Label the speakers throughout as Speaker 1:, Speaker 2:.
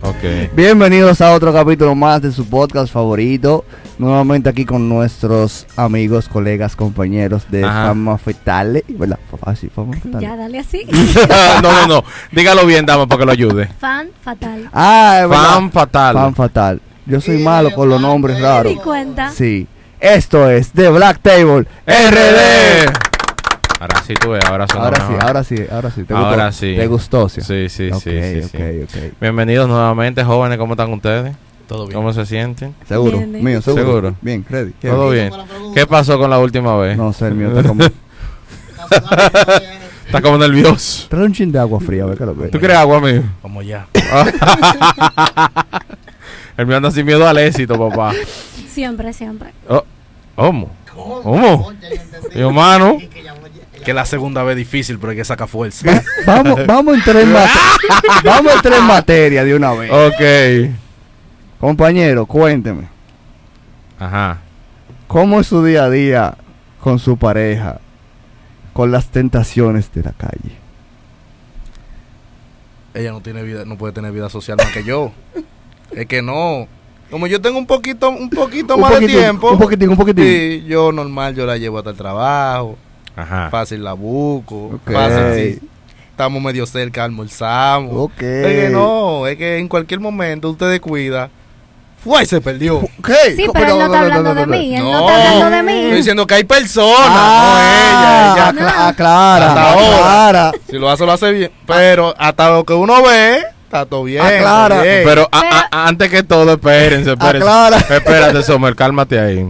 Speaker 1: Ok.
Speaker 2: Bienvenidos a otro capítulo más de su podcast favorito. Nuevamente aquí con nuestros amigos, colegas, compañeros de
Speaker 1: Ajá.
Speaker 2: Fama Fetale. Eh, ¿Verdad? Fama- sí, Fama Fetale.
Speaker 3: Ya, dale así.
Speaker 1: no, no, no. Dígalo bien, dama, para que lo ayude.
Speaker 3: Fan fatal.
Speaker 2: Ah, es verdad.
Speaker 1: Fan fatal.
Speaker 2: Fan fatal. Yo soy malo con los nombres
Speaker 3: Me
Speaker 2: raros.
Speaker 3: di cuenta.
Speaker 2: Sí. Esto es The Black Table
Speaker 1: RD.
Speaker 2: RD.
Speaker 1: Ahora sí tú ves, ahora sonó
Speaker 2: Ahora sí,
Speaker 1: mejor.
Speaker 2: ahora sí, ahora sí. ¿Te
Speaker 1: Ahora
Speaker 2: gustó?
Speaker 1: sí.
Speaker 2: ¿Te gustó? Sí,
Speaker 1: Sí, sí,
Speaker 2: Ok,
Speaker 1: sí, sí, sí.
Speaker 2: ok, ok.
Speaker 1: Bienvenidos nuevamente, jóvenes. ¿Cómo están ustedes?
Speaker 4: Todo bien.
Speaker 1: ¿Cómo se sienten?
Speaker 2: Seguro.
Speaker 3: Bien, bien.
Speaker 2: Mío, seguro.
Speaker 1: Seguro.
Speaker 2: Bien, ready. ¿Qué?
Speaker 1: Todo bien. ¿Qué pasó con la última vez?
Speaker 2: No sé, el mío está como.
Speaker 1: Está como nervioso.
Speaker 2: Trae un chin de agua fría, a ver qué es lo que es.
Speaker 1: ¿Tú crees agua, mío?
Speaker 4: Como ya.
Speaker 1: El mío anda sin miedo al éxito, papá.
Speaker 3: Siempre, siempre.
Speaker 1: Oh, ¿Cómo? ¿Cómo? Yo, mano.
Speaker 4: Que la segunda vez difícil, pero hay que saca fuerza.
Speaker 2: Vamos, vamos a entrar en materia. vamos a entrar en materia de una vez.
Speaker 1: Ok.
Speaker 2: Compañero, cuénteme.
Speaker 1: Ajá.
Speaker 2: ¿Cómo es su día a día con su pareja? Con las tentaciones de la calle.
Speaker 4: Ella no tiene vida, no puede tener vida social más que yo. Es que no. Como yo tengo un poquito, un poquito
Speaker 2: Un
Speaker 4: más
Speaker 2: poquitín,
Speaker 4: de tiempo.
Speaker 2: un poquitín, un poquitín.
Speaker 4: Sí, yo normal, yo la llevo hasta el trabajo.
Speaker 1: Ajá.
Speaker 4: Fácil la busco.
Speaker 2: Ok.
Speaker 4: Fácil si estamos medio cerca, almorzamos.
Speaker 2: Ok.
Speaker 4: Es que no, es que en cualquier momento usted descuida. Fue y se perdió.
Speaker 3: Sí, pero él no está hablando de mí. Él no está hablando de
Speaker 4: Estoy
Speaker 3: mí.
Speaker 4: diciendo que hay personas.
Speaker 2: Ah,
Speaker 4: no ella, ella.
Speaker 2: acla-
Speaker 3: No.
Speaker 2: Aclara,
Speaker 4: Hasta ahora.
Speaker 2: aclara,
Speaker 4: Si lo hace, lo hace bien. Pero hasta lo que uno ve, está todo bien.
Speaker 2: Ah, claro.
Speaker 4: está bien.
Speaker 1: Pero a- a- antes que todo,
Speaker 2: Ah,
Speaker 1: espérense, espérense.
Speaker 2: Aclara.
Speaker 1: Espérate, Somer, cálmate ahí.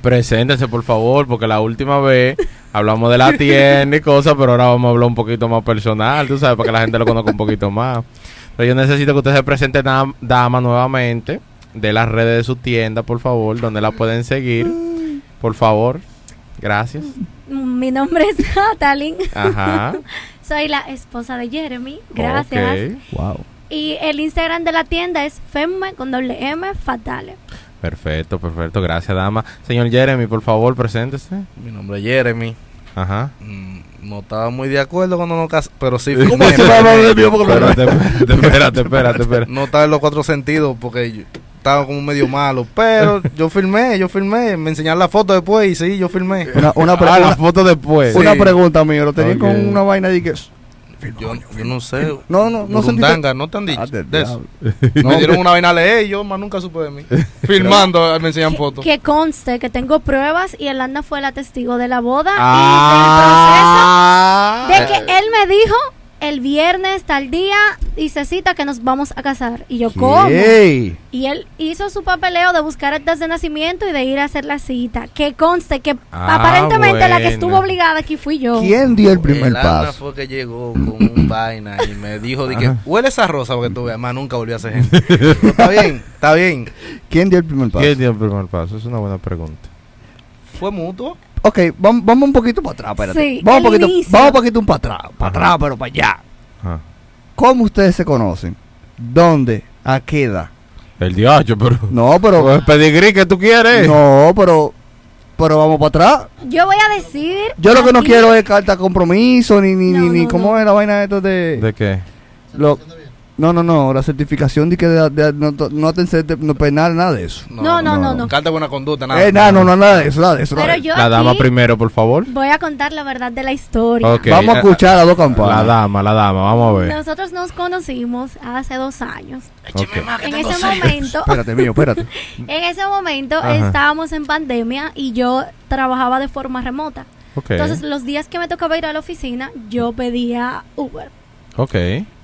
Speaker 1: Preséntense, por favor, porque la última vez hablamos de la tienda y cosas, pero ahora vamos a hablar un poquito más personal, tú sabes, para que la gente lo conozca un poquito más. Pero yo necesito que usted se presente, dam- dama, nuevamente, de las redes de su tienda, por favor, donde la pueden seguir, por favor. Gracias.
Speaker 3: Mi nombre es Atalin.
Speaker 1: Ajá.
Speaker 3: Soy la esposa de Jeremy. Gracias.
Speaker 1: Ok,
Speaker 2: Wow.
Speaker 3: Y el Instagram de la tienda es Femme con doble M fatale.
Speaker 1: Perfecto, perfecto. Gracias, dama. Señor Jeremy, por favor, preséntese.
Speaker 4: Mi nombre es Jeremy.
Speaker 1: Ajá.
Speaker 4: Mm, No estaba muy de acuerdo cuando nos casamos. Pero sí,
Speaker 1: ¿Cómo
Speaker 4: firmé,
Speaker 1: se va a hablar de
Speaker 4: firmé.
Speaker 1: mí? Espérate, espérate, espérate, espérate, espérate.
Speaker 4: No estaba en los cuatro sentidos porque yo estaba como medio malo. Pero yo firmé, yo firmé. Me enseñaron la foto después y sí, yo firmé.
Speaker 2: Una, una, pre-
Speaker 1: Ah,
Speaker 2: una-
Speaker 1: la foto después.
Speaker 4: Sí.
Speaker 2: una pregunta, mío. Lo tenía
Speaker 1: Ok.
Speaker 2: con una vaina de que.
Speaker 4: Yo, yo no sé.
Speaker 2: No, no, no sentiste-
Speaker 4: Burundanga, no te han dicho.
Speaker 2: Ah, del
Speaker 4: de eso.
Speaker 2: diablo.
Speaker 4: Me dieron una vaina a leer y yo más nunca supe de mí. Firmando, eh, me enseñan fotos.
Speaker 3: Que conste que tengo pruebas y Elanda fue la testigo de la boda
Speaker 1: Ah.
Speaker 3: y del
Speaker 1: Eh,
Speaker 3: proceso de que él me dijo el viernes tal día y se cita que nos vamos a casar. Y yo, ¿cómo?
Speaker 2: Yey.
Speaker 3: Y él hizo su papeleo de buscar actas de nacimiento y de ir a hacer la cita. Que conste que
Speaker 1: Ah,
Speaker 3: aparentemente la que
Speaker 1: bueno.
Speaker 3: estuvo obligada aquí fui yo.
Speaker 2: ¿Quién dio el primer
Speaker 4: el Ana
Speaker 2: paso?
Speaker 4: fue que llegó con un vaina y me dijo, de que huele esa rosa porque tú veas, más nunca volvió a ser gente. Pero Está bien, está bien.
Speaker 2: ¿Quién dio el primer paso?
Speaker 1: ¿Quién dio el primer paso? Es una buena pregunta.
Speaker 4: Fue mutuo.
Speaker 2: Ok, vam- vamos un poquito para atrás, espérate.
Speaker 3: Sí,
Speaker 2: vamos, un
Speaker 3: el
Speaker 2: poquito,
Speaker 3: inicio.
Speaker 2: vamos un poquito para atrás,
Speaker 1: Ajá.
Speaker 2: para atrás, pero para allá.
Speaker 1: Ajá.
Speaker 2: ¿Cómo ustedes se conocen? ¿Dónde? ¿A qué edad?
Speaker 1: El diacho, pero.
Speaker 2: No,
Speaker 1: Pero
Speaker 2: pero...
Speaker 1: el pedigrí que tú quieres.
Speaker 2: No, pero... Pero vamos para atrás.
Speaker 3: Yo voy a decir.
Speaker 2: Yo lo que no
Speaker 3: aquí-
Speaker 2: quiero es carta de compromiso, ni, ni, ni,
Speaker 3: No,
Speaker 2: ni
Speaker 3: no,
Speaker 2: cómo
Speaker 3: no.
Speaker 2: es la vaina esto de...
Speaker 1: ¿De qué?
Speaker 2: lo- no, no, no, la certificación de que de- de- no, no te incente- no penal, nada de eso.
Speaker 3: No, no, no, no.
Speaker 4: Carta de buena conducta, nada.
Speaker 2: Eh, nada, no, no, nada de eso, nada de eso. nada
Speaker 3: Pero
Speaker 2: de eso.
Speaker 3: yo
Speaker 1: La dama
Speaker 3: aquí
Speaker 1: primero, por favor.
Speaker 3: voy a contar la verdad de la historia.
Speaker 1: Ok. eh,
Speaker 2: Vamos a escuchar las dos
Speaker 1: La
Speaker 2: campanas.
Speaker 1: dama, la dama, vamos a ver.
Speaker 3: Nosotros nos conocimos hace dos años.
Speaker 1: Ok.
Speaker 3: En ese momento,
Speaker 2: Espérate, mío, espérate.
Speaker 3: en ese momento
Speaker 1: Ajá.
Speaker 3: estábamos en pandemia y yo trabajaba de forma remota.
Speaker 1: Ok.
Speaker 3: Entonces, los días que me tocaba ir a la oficina, yo pedía Uber.
Speaker 1: Ok.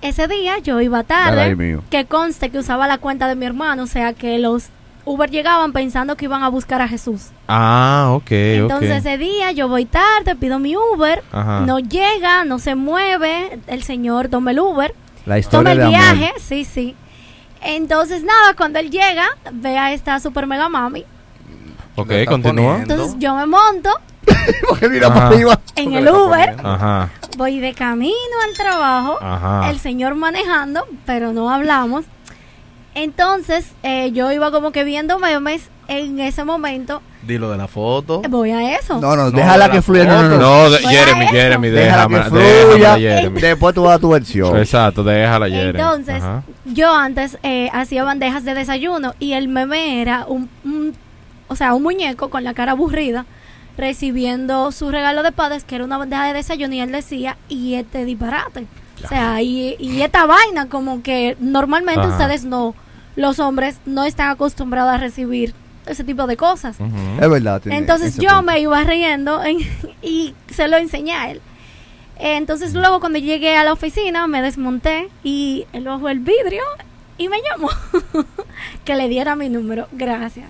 Speaker 3: Ese día yo iba
Speaker 2: Caray,
Speaker 3: tarde,
Speaker 2: mío.
Speaker 3: que conste que usaba la cuenta de mi hermano, o sea que los Uber llegaban pensando que iban a buscar a Jesús.
Speaker 1: Ah, ok,
Speaker 3: Entonces
Speaker 1: ok.
Speaker 3: ese día yo voy tarde, pido mi Uber,
Speaker 1: Ajá.
Speaker 3: no llega, no se mueve, el señor toma el Uber,
Speaker 2: La historia
Speaker 3: toma el
Speaker 2: de amor.
Speaker 3: viaje, sí, sí. Entonces nada, cuando él llega, ve a esta super mega mami.
Speaker 1: Ok,
Speaker 4: Me está
Speaker 1: continúa.
Speaker 4: poniendo.
Speaker 3: Entonces yo me monto
Speaker 2: Porque mira
Speaker 1: Ajá.
Speaker 2: para arriba.
Speaker 3: en
Speaker 4: Porque
Speaker 3: el
Speaker 4: le está
Speaker 3: Uber,
Speaker 4: poniendo.
Speaker 1: Ajá.
Speaker 3: voy de camino al trabajo.
Speaker 1: Ajá.
Speaker 3: el señor manejando, pero no hablamos. Entonces, eh, yo iba como que viendo memes en ese momento,
Speaker 4: Dilo de la foto.
Speaker 3: voy a eso.
Speaker 2: No, no,
Speaker 4: No,
Speaker 2: déjala
Speaker 4: de la
Speaker 2: que fluya. No, no, no.
Speaker 1: No, de-
Speaker 3: Fuera
Speaker 1: Jeremy,
Speaker 3: eso.
Speaker 1: Jeremy,
Speaker 2: Déjala
Speaker 1: déjame,
Speaker 2: que
Speaker 1: déjala,
Speaker 3: Este,
Speaker 2: fluya.
Speaker 1: Jeremy.
Speaker 2: Después tú vas a tu versión.
Speaker 1: Exacto, déjala, Jeremy.
Speaker 3: Entonces,
Speaker 1: Ajá.
Speaker 3: yo antes eh, hacía bandejas de desayuno y el meme era un, un- o sea, un muñeco con la cara aburrida recibiendo su regalo de padres, que era una bandeja de desayuno, y él decía, y este disparate. O sea, y, y esta vaina, como que normalmente
Speaker 1: Ajá.
Speaker 3: ustedes no, los hombres no están acostumbrados a recibir ese tipo de cosas.
Speaker 1: Ujú.
Speaker 2: Es verdad. tiene
Speaker 3: Entonces
Speaker 2: ese
Speaker 3: yo
Speaker 2: punto.
Speaker 3: me iba riendo en- y se lo enseñé a él. Eh, Entonces luego cuando llegué a la oficina me desmonté y él bajó el vidrio y me llamó que le diera mi número. Gracias.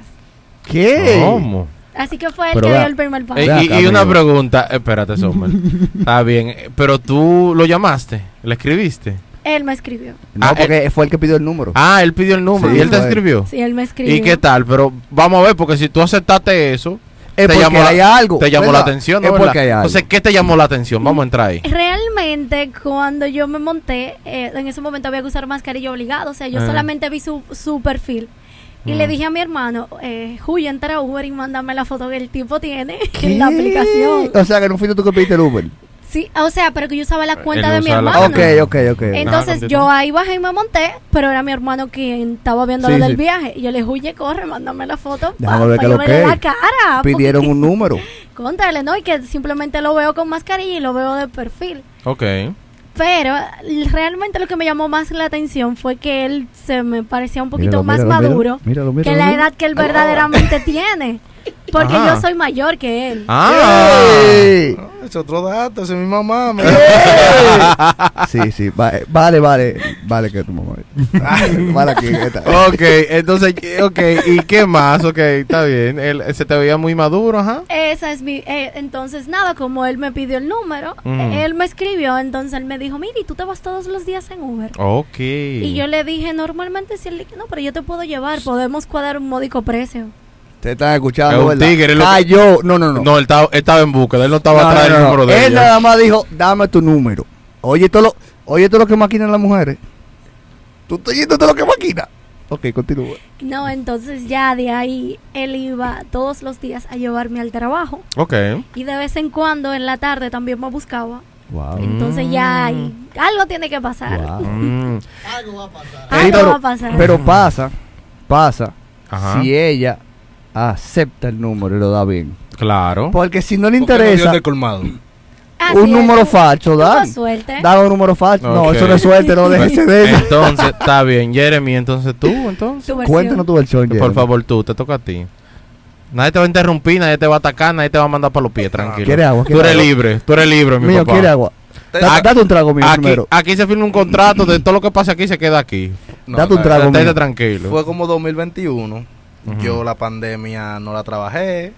Speaker 2: ¿Qué?
Speaker 1: ¿Cómo?
Speaker 3: Así que fue él
Speaker 2: Pero
Speaker 3: que
Speaker 2: vea-
Speaker 3: dio el primer paso.
Speaker 1: Eh,
Speaker 2: Ven
Speaker 1: y,
Speaker 2: acá,
Speaker 1: y una
Speaker 2: amigo.
Speaker 1: pregunta, espérate, Sommer. Está bien, eh, pero tú lo llamaste, le escribiste.
Speaker 3: él me escribió.
Speaker 2: No,
Speaker 1: Ah,
Speaker 2: porque fue el que pidió el número.
Speaker 1: Ah, él pidió el número
Speaker 2: Sí,
Speaker 1: y él te
Speaker 2: fue él.
Speaker 1: escribió.
Speaker 3: Sí, él me escribió.
Speaker 1: ¿Y qué tal? Pero vamos a ver, porque si tú aceptaste eso,
Speaker 2: Es porque
Speaker 1: llamó la-
Speaker 2: hay algo.
Speaker 1: te llamó
Speaker 2: ¿verdad?
Speaker 1: la atención, ¿no?
Speaker 2: Es
Speaker 1: verdad?
Speaker 2: porque hay algo.
Speaker 1: Entonces, ¿qué te llamó la atención? Vamos a entrar ahí.
Speaker 3: Realmente cuando yo me monté, eh, en ese momento había que usar mascarilla obligado, o sea, yo
Speaker 1: Ah.
Speaker 3: solamente vi su, su perfil. Y le
Speaker 1: Mm.
Speaker 3: dije a mi hermano, eh, Julio, entra a Uber y mándame la foto que el tipo tiene
Speaker 2: ¿Qué? Oh.
Speaker 3: en la aplicación.
Speaker 2: O sea, que no fuiste tú que pediste el Uber.
Speaker 3: Sí, o sea, pero que yo usaba
Speaker 2: Eh,
Speaker 3: la cuenta
Speaker 1: Él
Speaker 3: de mi
Speaker 1: usaba la
Speaker 2: ok,
Speaker 3: hermano.
Speaker 2: ok, ok.
Speaker 3: Entonces
Speaker 1: Ajá,
Speaker 3: yo
Speaker 1: continúa.
Speaker 3: ahí bajé y me monté, pero era mi hermano quien estaba viendo
Speaker 2: Sí,
Speaker 3: lo del
Speaker 2: sí.
Speaker 3: viaje. Y yo le dije, oye, corre, mándame la foto
Speaker 2: Déjame
Speaker 3: pa-
Speaker 2: ver
Speaker 3: pa
Speaker 2: qué
Speaker 3: yo
Speaker 2: lo
Speaker 3: verle
Speaker 2: que
Speaker 3: la
Speaker 2: es.
Speaker 3: cara.
Speaker 2: Pidieron
Speaker 3: porque-
Speaker 2: un número.
Speaker 3: Contrale, ¿no? Y que simplemente lo veo con mascarilla y lo veo de perfil.
Speaker 1: Ok.
Speaker 3: Pero l- realmente lo que me llamó más la atención fue que él se me parecía un poquito
Speaker 2: Míralo,
Speaker 3: más
Speaker 2: míralo,
Speaker 3: maduro
Speaker 2: míralo, míralo, míralo,
Speaker 3: que la
Speaker 2: míralo. Ah.
Speaker 3: edad que él verdaderamente tiene. Porque
Speaker 1: Ajá.
Speaker 3: yo soy mayor que él.
Speaker 1: Ah,
Speaker 2: ¡Ey!
Speaker 4: Ah, Es otro dato, ese es mi mamá. me-
Speaker 2: Sí, sí, va- eh, vale, vale, vale que tu mamá. Vale aquí, esta.
Speaker 1: ok, entonces, ok, ¿y qué más? Ok, está bien. Él, eh, se te veía muy maduro, ajá.
Speaker 3: Esa es mi. eh, entonces, nada, como él me pidió el número,
Speaker 1: Ujú.
Speaker 2: Mm.
Speaker 3: eh, él me escribió, entonces él me dijo, mira, ¿y tú te vas todos los días en Uber?
Speaker 1: Ok.
Speaker 3: Y yo le dije, normalmente si él le- no, pero yo te puedo llevar, podemos cuadrar un módico precio.
Speaker 2: Te están escuchando,
Speaker 1: Es un
Speaker 2: ¿verdad?
Speaker 1: tigre, es lo que-
Speaker 2: Cayó. No, no, no.
Speaker 1: No, él estaba, él estaba en búsqueda, él no estaba
Speaker 2: No,
Speaker 1: atrás
Speaker 2: no,
Speaker 1: del
Speaker 2: no.
Speaker 1: número de
Speaker 2: Él
Speaker 1: ella.
Speaker 2: nada más dijo, dame tu número. Oye, todo lo, oye, todo lo que maquinan las mujeres. Tú estás yendo todo lo que maquina. Ok, continúa.
Speaker 3: No, entonces ya de ahí él iba todos los días a llevarme al trabajo
Speaker 1: Ok.
Speaker 3: y de vez en cuando en la tarde también me buscaba.
Speaker 2: Wow.
Speaker 3: Entonces
Speaker 2: Mm.
Speaker 3: ya ahí algo tiene que pasar.
Speaker 1: Mm,
Speaker 3: Algo Ah, va a pasar.
Speaker 2: Pero pasa, pasa,
Speaker 1: Ajá.
Speaker 2: si ella acepta el número y lo da bien.
Speaker 1: Claro.
Speaker 2: Porque si no le
Speaker 4: ¿Por qué no dio el
Speaker 2: interesa
Speaker 4: de colmado?
Speaker 3: Así
Speaker 2: un
Speaker 3: Ah, es,
Speaker 2: número
Speaker 3: tuvo-
Speaker 2: falso,
Speaker 3: tuvo
Speaker 2: dan.
Speaker 3: suerte.
Speaker 2: Da un número falso. No,
Speaker 1: Ok.
Speaker 2: eso no es suerte, no déjese de eso.
Speaker 1: Entonces, está bien, Jeremy, entonces tú, entonces.
Speaker 3: Tu versión.
Speaker 2: Cuéntanos tu versión,
Speaker 1: Por
Speaker 2: Jeremy.
Speaker 1: favor, tú, te toca a ti. Nadie te va a interrumpir, nadie te va a atacar, nadie te va a mandar para los pies, tranquilo.
Speaker 2: ¿Quieres agua?
Speaker 1: Tú
Speaker 2: ¿Quieres
Speaker 1: eres
Speaker 2: agua?
Speaker 1: libre, tú eres libre, mi
Speaker 2: Mío,
Speaker 1: papá.
Speaker 2: quiere agua.
Speaker 4: Ah,
Speaker 2: Da-
Speaker 1: Aquí-
Speaker 2: Date un trago mío
Speaker 1: Aquí,
Speaker 2: primero.
Speaker 1: aquí se firma un contrato de todo lo que pasa aquí se queda aquí.
Speaker 4: No,
Speaker 2: Date un
Speaker 4: la-
Speaker 2: trago
Speaker 1: Estate
Speaker 2: mío.
Speaker 1: tranquilo.
Speaker 4: Fue como 2021.
Speaker 1: Ujú.
Speaker 4: Yo la pandemia no la trabajé.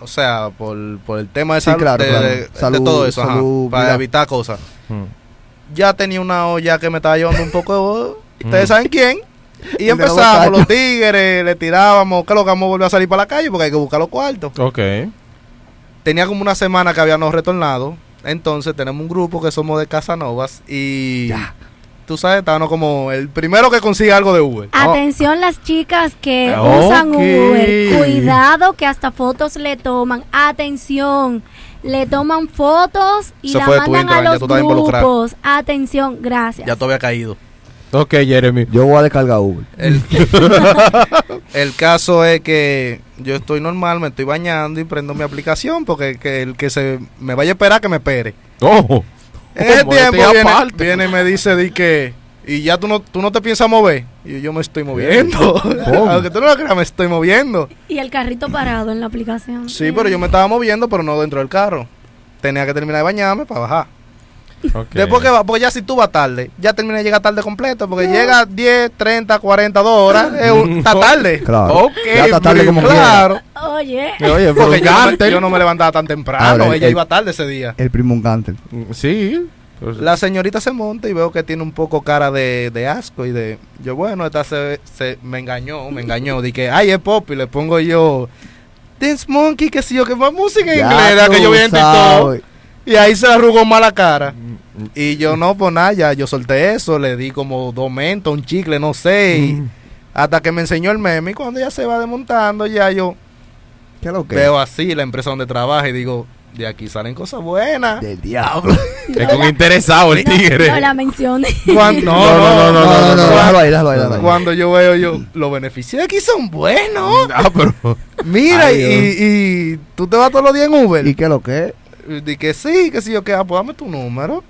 Speaker 4: O sea, por, por el tema de
Speaker 2: Sí,
Speaker 4: salud,
Speaker 2: claro,
Speaker 4: de,
Speaker 2: claro.
Speaker 4: de- de
Speaker 2: Salud,
Speaker 4: todo eso, ajá,
Speaker 2: salud,
Speaker 4: para
Speaker 2: vida.
Speaker 4: evitar cosas.
Speaker 1: Mm.
Speaker 4: Ya tenía una olla que me estaba llevando un poco de bodo. Ustedes
Speaker 1: Mm.
Speaker 4: saben quién. Y
Speaker 2: El de los
Speaker 4: empezamos,
Speaker 2: bocachos.
Speaker 4: los tigres, le tirábamos, que lo que vamos a volver a salir para la calle porque hay que buscar los cuartos.
Speaker 1: Ok.
Speaker 4: Tenía como una semana que habíamos retornado. Entonces tenemos un grupo que somos de Casanovas y tú sabes, estábamos como el primero que consiga algo de Uber.
Speaker 3: Ah,
Speaker 2: Ah.
Speaker 3: Atención las chicas que
Speaker 1: Ok.
Speaker 3: usan Uber, cuidado que hasta fotos le toman, atención, le toman fotos y
Speaker 4: Se
Speaker 3: la
Speaker 4: fue de tu
Speaker 3: mandan a
Speaker 4: Instagram, ya
Speaker 3: los
Speaker 4: tú estás involucrada.
Speaker 3: grupos, atención, gracias.
Speaker 4: Ya te había caído.
Speaker 1: Ok, Jeremy.
Speaker 2: Yo voy a descargar Uber.
Speaker 4: El, el caso es que yo estoy normal, me estoy bañando y prendo mi aplicación porque que el que se me vaya a esperar que me espere.
Speaker 1: Ojo.
Speaker 4: En ese
Speaker 1: Como de
Speaker 4: tiempo
Speaker 1: tía
Speaker 4: viene,
Speaker 1: aparte.
Speaker 4: viene y me dice di que y ya tú no tú no te piensas mover y yo, yo me estoy moviendo. Aunque tú no lo creas, me estoy moviendo.
Speaker 3: Y el carrito parado en la aplicación.
Speaker 4: Sí, pero yo me estaba moviendo, pero no dentro del carro. Tenía que terminar de bañarme para bajar.
Speaker 1: Ok.
Speaker 4: Después que va, porque ya si tú vas tarde, ya terminé de llegar tarde completo, porque llega 10, 30, 42 horas, es un- está tarde.
Speaker 2: Claro.
Speaker 1: Ok,
Speaker 2: Ya está tarde
Speaker 1: Bri-
Speaker 2: como quiera.
Speaker 4: Claro.
Speaker 3: Oye,
Speaker 1: Oye,
Speaker 4: Porque yo no,
Speaker 1: frugal.
Speaker 4: me, yo no me levantaba tan temprano,
Speaker 2: Ahora, el-
Speaker 4: ella
Speaker 2: Ah, el-
Speaker 4: iba tarde ese día.
Speaker 2: El primo un cáncer.
Speaker 1: Sí. Pues,
Speaker 4: La señorita se monta y veo que tiene un poco cara de, de asco y de... Yo, bueno, esta se, se- me engañó, me engañó. Dije, ay, es pop y le pongo yo... Dance Monkey, qué sé yo, que más música en
Speaker 2: Ya
Speaker 4: inglés, la que
Speaker 2: tú
Speaker 4: yo vi en TikTok.
Speaker 2: sabes.
Speaker 4: Y ahí se le arrugó más la cara.
Speaker 1: mm, Mm.
Speaker 4: Y yo, no, pues nada, ya yo solté eso, le di como dos mentos, un chicle, no sé. y Hasta que me enseñó el meme y cuando ya se va desmontando, ya yo
Speaker 2: ¿Qué es lo que?
Speaker 4: veo así la empresa donde trabaja y digo, de aquí salen cosas
Speaker 1: ¿ah?
Speaker 4: buenas.
Speaker 2: Del diablo.
Speaker 1: Es como interesado el tigre.
Speaker 3: No, la mencioné.
Speaker 4: Cuando,
Speaker 1: No, no, no, no, no, no.
Speaker 2: déjalo ahí, déjalo ahí, déjalo ahí.
Speaker 4: Cuando yo veo yo, los beneficios de aquí son buenos.
Speaker 1: Ah, pero.
Speaker 4: Mira,
Speaker 2: Ay,
Speaker 4: y,
Speaker 2: Dios.
Speaker 4: y tú te vas todos los días en Uber.
Speaker 2: ¿Y qué es lo que?
Speaker 4: Di que sí, que sí, yo que, ah, pues dame tu número.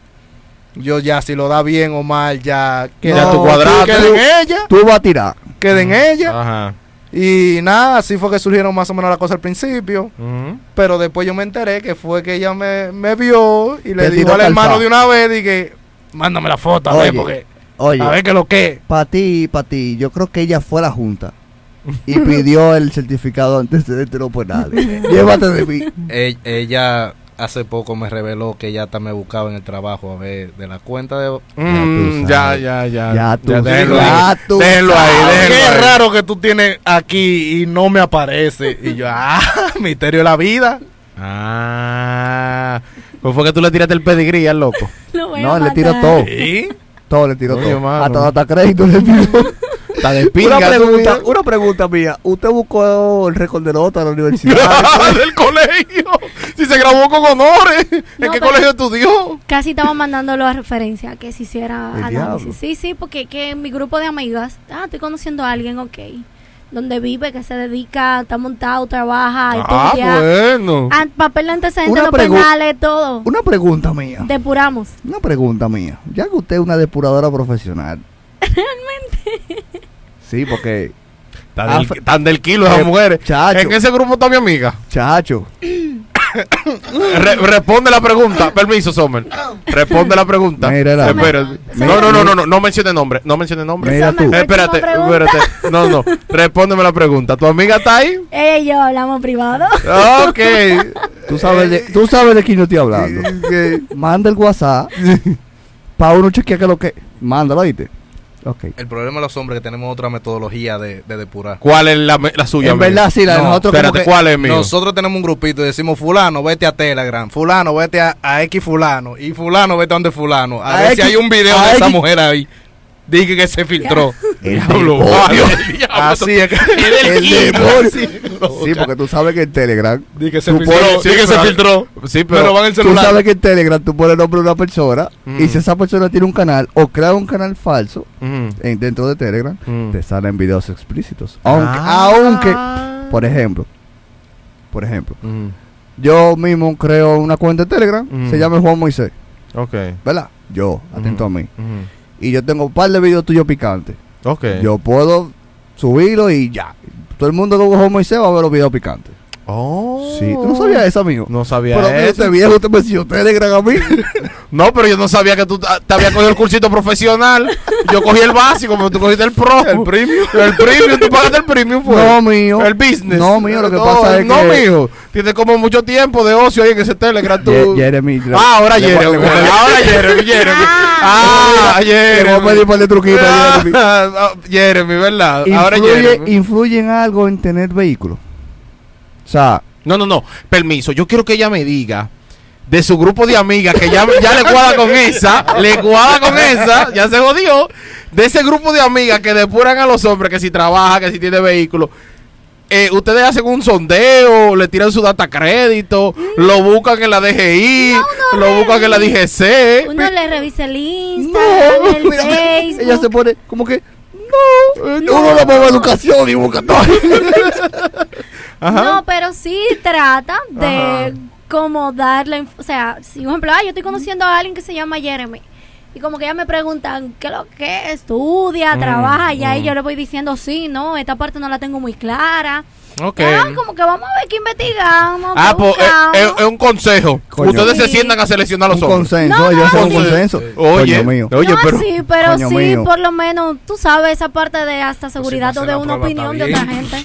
Speaker 4: Yo ya, si lo da bien o mal, ya
Speaker 1: Queda
Speaker 2: tu Ah.
Speaker 4: tú,
Speaker 1: cuadrado.
Speaker 4: Queda en ella,
Speaker 2: Tú vas a tirar.
Speaker 4: queda en ella.
Speaker 1: Ajá.
Speaker 4: Y nada, así fue que surgieron más o menos las cosas al principio.
Speaker 1: Ujú.
Speaker 4: Pero después yo me enteré que fue que ella me, me vio y le
Speaker 2: Te tiró
Speaker 4: dijo al
Speaker 2: calzado.
Speaker 4: hermano de una vez, dije, mándame la foto, a ver,
Speaker 2: Oye,
Speaker 4: porque, a
Speaker 2: Oye,
Speaker 4: ver qué lo que.
Speaker 2: para ti, para ti, yo creo que ella fue a la junta y pidió el certificado antes de los penales. Llévate de mí.
Speaker 4: E- Ella hace poco me reveló que ella hasta me buscaba en el trabajo a ver de la cuenta de.
Speaker 1: Mm,
Speaker 2: tú
Speaker 1: ya,
Speaker 2: sabes.
Speaker 1: ya, ya.
Speaker 2: Ya tú
Speaker 1: déjenlo
Speaker 2: sabes.
Speaker 1: ahí.
Speaker 2: Ya tú
Speaker 1: Déjenlo ahí,
Speaker 2: sabes.
Speaker 1: déjenlo
Speaker 4: Ah, Qué
Speaker 1: ahí.
Speaker 4: raro que tú tienes aquí y no me aparece. Y yo, ah, misterio de la vida.
Speaker 1: Ah. ¿Cómo fue que tú le tiraste el pedigrí al loco?
Speaker 3: Lo voy a
Speaker 2: No, le
Speaker 3: matar.
Speaker 2: tiró todo.
Speaker 4: ¿Sí?
Speaker 2: Todo le tiró
Speaker 1: Oye,
Speaker 2: todo.
Speaker 1: mano.
Speaker 2: Hasta, hasta crédito le tiró.
Speaker 1: Está de
Speaker 2: una,
Speaker 1: pinga, tú,
Speaker 2: pregunta,
Speaker 1: mira.
Speaker 2: una pregunta mía. ¿Usted buscó el récord de nota a la universidad?
Speaker 1: del colegio. Si se grabó con honores. ¿En
Speaker 3: No,
Speaker 1: qué
Speaker 3: pero-
Speaker 1: colegio estudió?
Speaker 3: Casi estaba mandándolo a referencia que se hiciera
Speaker 2: El diablo.
Speaker 3: análisis. Sí, sí, porque que en mi grupo de amigas, ah, estoy conociendo a alguien, ok. Donde vive, que se dedica, está montado, trabaja, estudia.
Speaker 1: Ah, bueno.
Speaker 3: Ah, papel de antecedentes,
Speaker 2: Ah, pues. Una pregu-
Speaker 3: los penales, todo.
Speaker 2: una pregunta mía.
Speaker 3: Depuramos.
Speaker 2: Una pregunta mía. Ya que usted es una depuradora profesional. Realmente. Sí, porque.
Speaker 1: Tan,
Speaker 2: Ah,
Speaker 1: del,
Speaker 2: fue-
Speaker 1: tan del kilo esas
Speaker 2: Eh,
Speaker 1: mujeres.
Speaker 2: chacho.
Speaker 1: En ese grupo está mi amiga.
Speaker 2: Chacho.
Speaker 1: Re- responde la pregunta. Permiso, Sommer. Responde la pregunta.
Speaker 2: Mira la-
Speaker 1: Espérate.
Speaker 3: Sommer.
Speaker 1: No, no, no, no, no, no mencione nombre. No mencione nombre.
Speaker 2: Mira
Speaker 3: Eso me
Speaker 2: tú.
Speaker 3: fue
Speaker 1: Espérate,
Speaker 3: última pregunta.
Speaker 1: espérate. No, no. Respóndeme la pregunta. ¿Tu amiga está ahí?
Speaker 3: Ella y yo hablamos privado.
Speaker 1: Ok.
Speaker 2: Tú sabes,
Speaker 1: Eh.
Speaker 2: de, tú sabes de quién yo estoy hablando. Manda el WhatsApp. Para uno chequear que lo que. Mándalo, ¿oíste? Ok.
Speaker 4: El problema de los hombres es que tenemos otra metodología de, de depurar.
Speaker 1: ¿Cuál es la, me- la suya?
Speaker 2: En
Speaker 1: amiga?
Speaker 2: verdad, sí, la de
Speaker 4: No,
Speaker 2: nosotros. como
Speaker 1: espérate,
Speaker 2: que-
Speaker 1: ¿cuál es mío?
Speaker 4: Nosotros tenemos un grupito y decimos, fulano, vete a Telegram, fulano, vete a, a X fulano, y fulano, vete a donde fulano. A,
Speaker 2: A
Speaker 4: ver
Speaker 2: X,
Speaker 4: si hay un video
Speaker 2: a
Speaker 4: de esa
Speaker 2: X.
Speaker 4: mujer ahí. Dije que se filtró.
Speaker 2: El
Speaker 1: Diablo,
Speaker 2: demonio.
Speaker 1: vaya, diablo.
Speaker 4: Así es que...
Speaker 2: El demonio. Sí, porque tú sabes que en Telegram.
Speaker 4: Dije que se
Speaker 2: Tú
Speaker 4: filtró.
Speaker 1: puedes- sí,
Speaker 4: di que se
Speaker 1: pero-
Speaker 4: filtró.
Speaker 1: Sí,
Speaker 4: Pero,
Speaker 1: pero.
Speaker 4: van el
Speaker 2: Tú
Speaker 4: celular.
Speaker 2: sabes que en Telegram tú pones el nombre de una persona.
Speaker 1: Mm.
Speaker 2: Y si esa persona tiene un canal o crea un canal falso
Speaker 1: Mm.
Speaker 2: en- dentro de Telegram,
Speaker 1: Mm.
Speaker 2: te salen videos explícitos. Aunque, aunque
Speaker 1: Ah.
Speaker 2: Por ejemplo, por ejemplo,
Speaker 1: Mm.
Speaker 2: yo mismo creo una cuenta de Telegram,
Speaker 1: Mm.
Speaker 2: se llama Juan Moisés,
Speaker 1: Ok.
Speaker 2: ¿verdad? Yo, atento a mí.
Speaker 1: Mm.
Speaker 2: Y yo tengo un par de videos tuyos picantes.
Speaker 1: Ok.
Speaker 2: Yo puedo subirlo y ya. Todo el mundo con Juan Moisés va a ver los videos picantes.
Speaker 1: Oh.
Speaker 2: Sí, tú no sabías eso, amigo.
Speaker 1: No sabía
Speaker 2: Pero mira,
Speaker 1: eso.
Speaker 2: usted viejo, usted me enseñó Telegram a mí.
Speaker 1: No, pero yo no sabía que tú ah, te habías cogido el cursito profesional. Yo cogí el básico, pero tú cogiste el pro. El premium. El premium. Tú pagaste el premium, fue.
Speaker 2: no, mío.
Speaker 1: El business.
Speaker 2: No, mío, lo que
Speaker 1: No,
Speaker 2: pasa es
Speaker 1: no,
Speaker 2: que...
Speaker 1: mío. Tienes como mucho tiempo de ocio ahí en ese Telegram. Tú...
Speaker 2: Ye- Jeremy, le-
Speaker 1: ah, ahora
Speaker 2: le-
Speaker 1: Jeremy.
Speaker 2: le- le-
Speaker 1: Ahora Jeremy, Jeremy.
Speaker 3: Ah.
Speaker 1: Ah,
Speaker 2: Le voy a pedir un
Speaker 1: Jeremy.
Speaker 2: par de truquitos a Jeremy.
Speaker 1: Ah, Jeremy, ¿verdad? Ahora
Speaker 2: influye,
Speaker 1: Jeremy.
Speaker 2: influye en algo en tener vehículo. O sea,
Speaker 1: No, no, no. Permiso. Yo quiero que ella me diga de su grupo de amigas que ya, ya le cuadra con esa, le cuadra con esa, ya se jodió. De ese grupo de amigas que depuran a los hombres que si trabaja, que si tiene vehículo. Eh, ustedes hacen un sondeo, le tiran su data crédito, lo buscan en la DGI,
Speaker 3: no,
Speaker 1: lo
Speaker 3: no.
Speaker 1: buscan en la DGC.
Speaker 3: Uno le revisa el
Speaker 2: No,
Speaker 3: Instagram, el
Speaker 2: mira,
Speaker 3: Facebook.
Speaker 2: ella se pone como que no, uno la pone educación y busca todo.
Speaker 1: Ajá.
Speaker 3: No, pero sí trata
Speaker 1: Ajá.
Speaker 3: de como darle, inf- o sea, si por ejemplo, ah, yo estoy conociendo a alguien que se llama Jeremy. Y como que ya me preguntan, ¿qué lo que estudia,
Speaker 1: Mm,
Speaker 3: trabaja? Y ahí
Speaker 1: mm.
Speaker 3: yo le voy diciendo, sí, no, esta parte no la tengo muy clara.
Speaker 1: Ok.
Speaker 3: Ah, como que vamos a ver qué investigamos.
Speaker 1: Ah,
Speaker 3: qué
Speaker 1: pues eh,
Speaker 3: buscamos.
Speaker 1: eh, es un consejo.
Speaker 2: Coño.
Speaker 1: Ustedes se
Speaker 3: Sí.
Speaker 1: sientan a seleccionar a los
Speaker 2: Un
Speaker 1: hombres.
Speaker 2: consenso,
Speaker 3: No,
Speaker 2: ellos
Speaker 3: no,
Speaker 2: hacen un
Speaker 1: sí.
Speaker 2: consenso.
Speaker 1: Eh, Oye,
Speaker 2: Coño mío.
Speaker 1: oye,
Speaker 3: No,
Speaker 1: pero
Speaker 3: sí, pero
Speaker 2: Coño
Speaker 3: sí,
Speaker 2: mío.
Speaker 3: por lo menos, tú sabes esa parte de hasta
Speaker 1: Pues
Speaker 3: seguridad
Speaker 4: no
Speaker 3: o
Speaker 4: se
Speaker 3: de
Speaker 4: la
Speaker 3: una
Speaker 4: prueba, está
Speaker 3: opinión de
Speaker 4: bien.
Speaker 3: otra gente.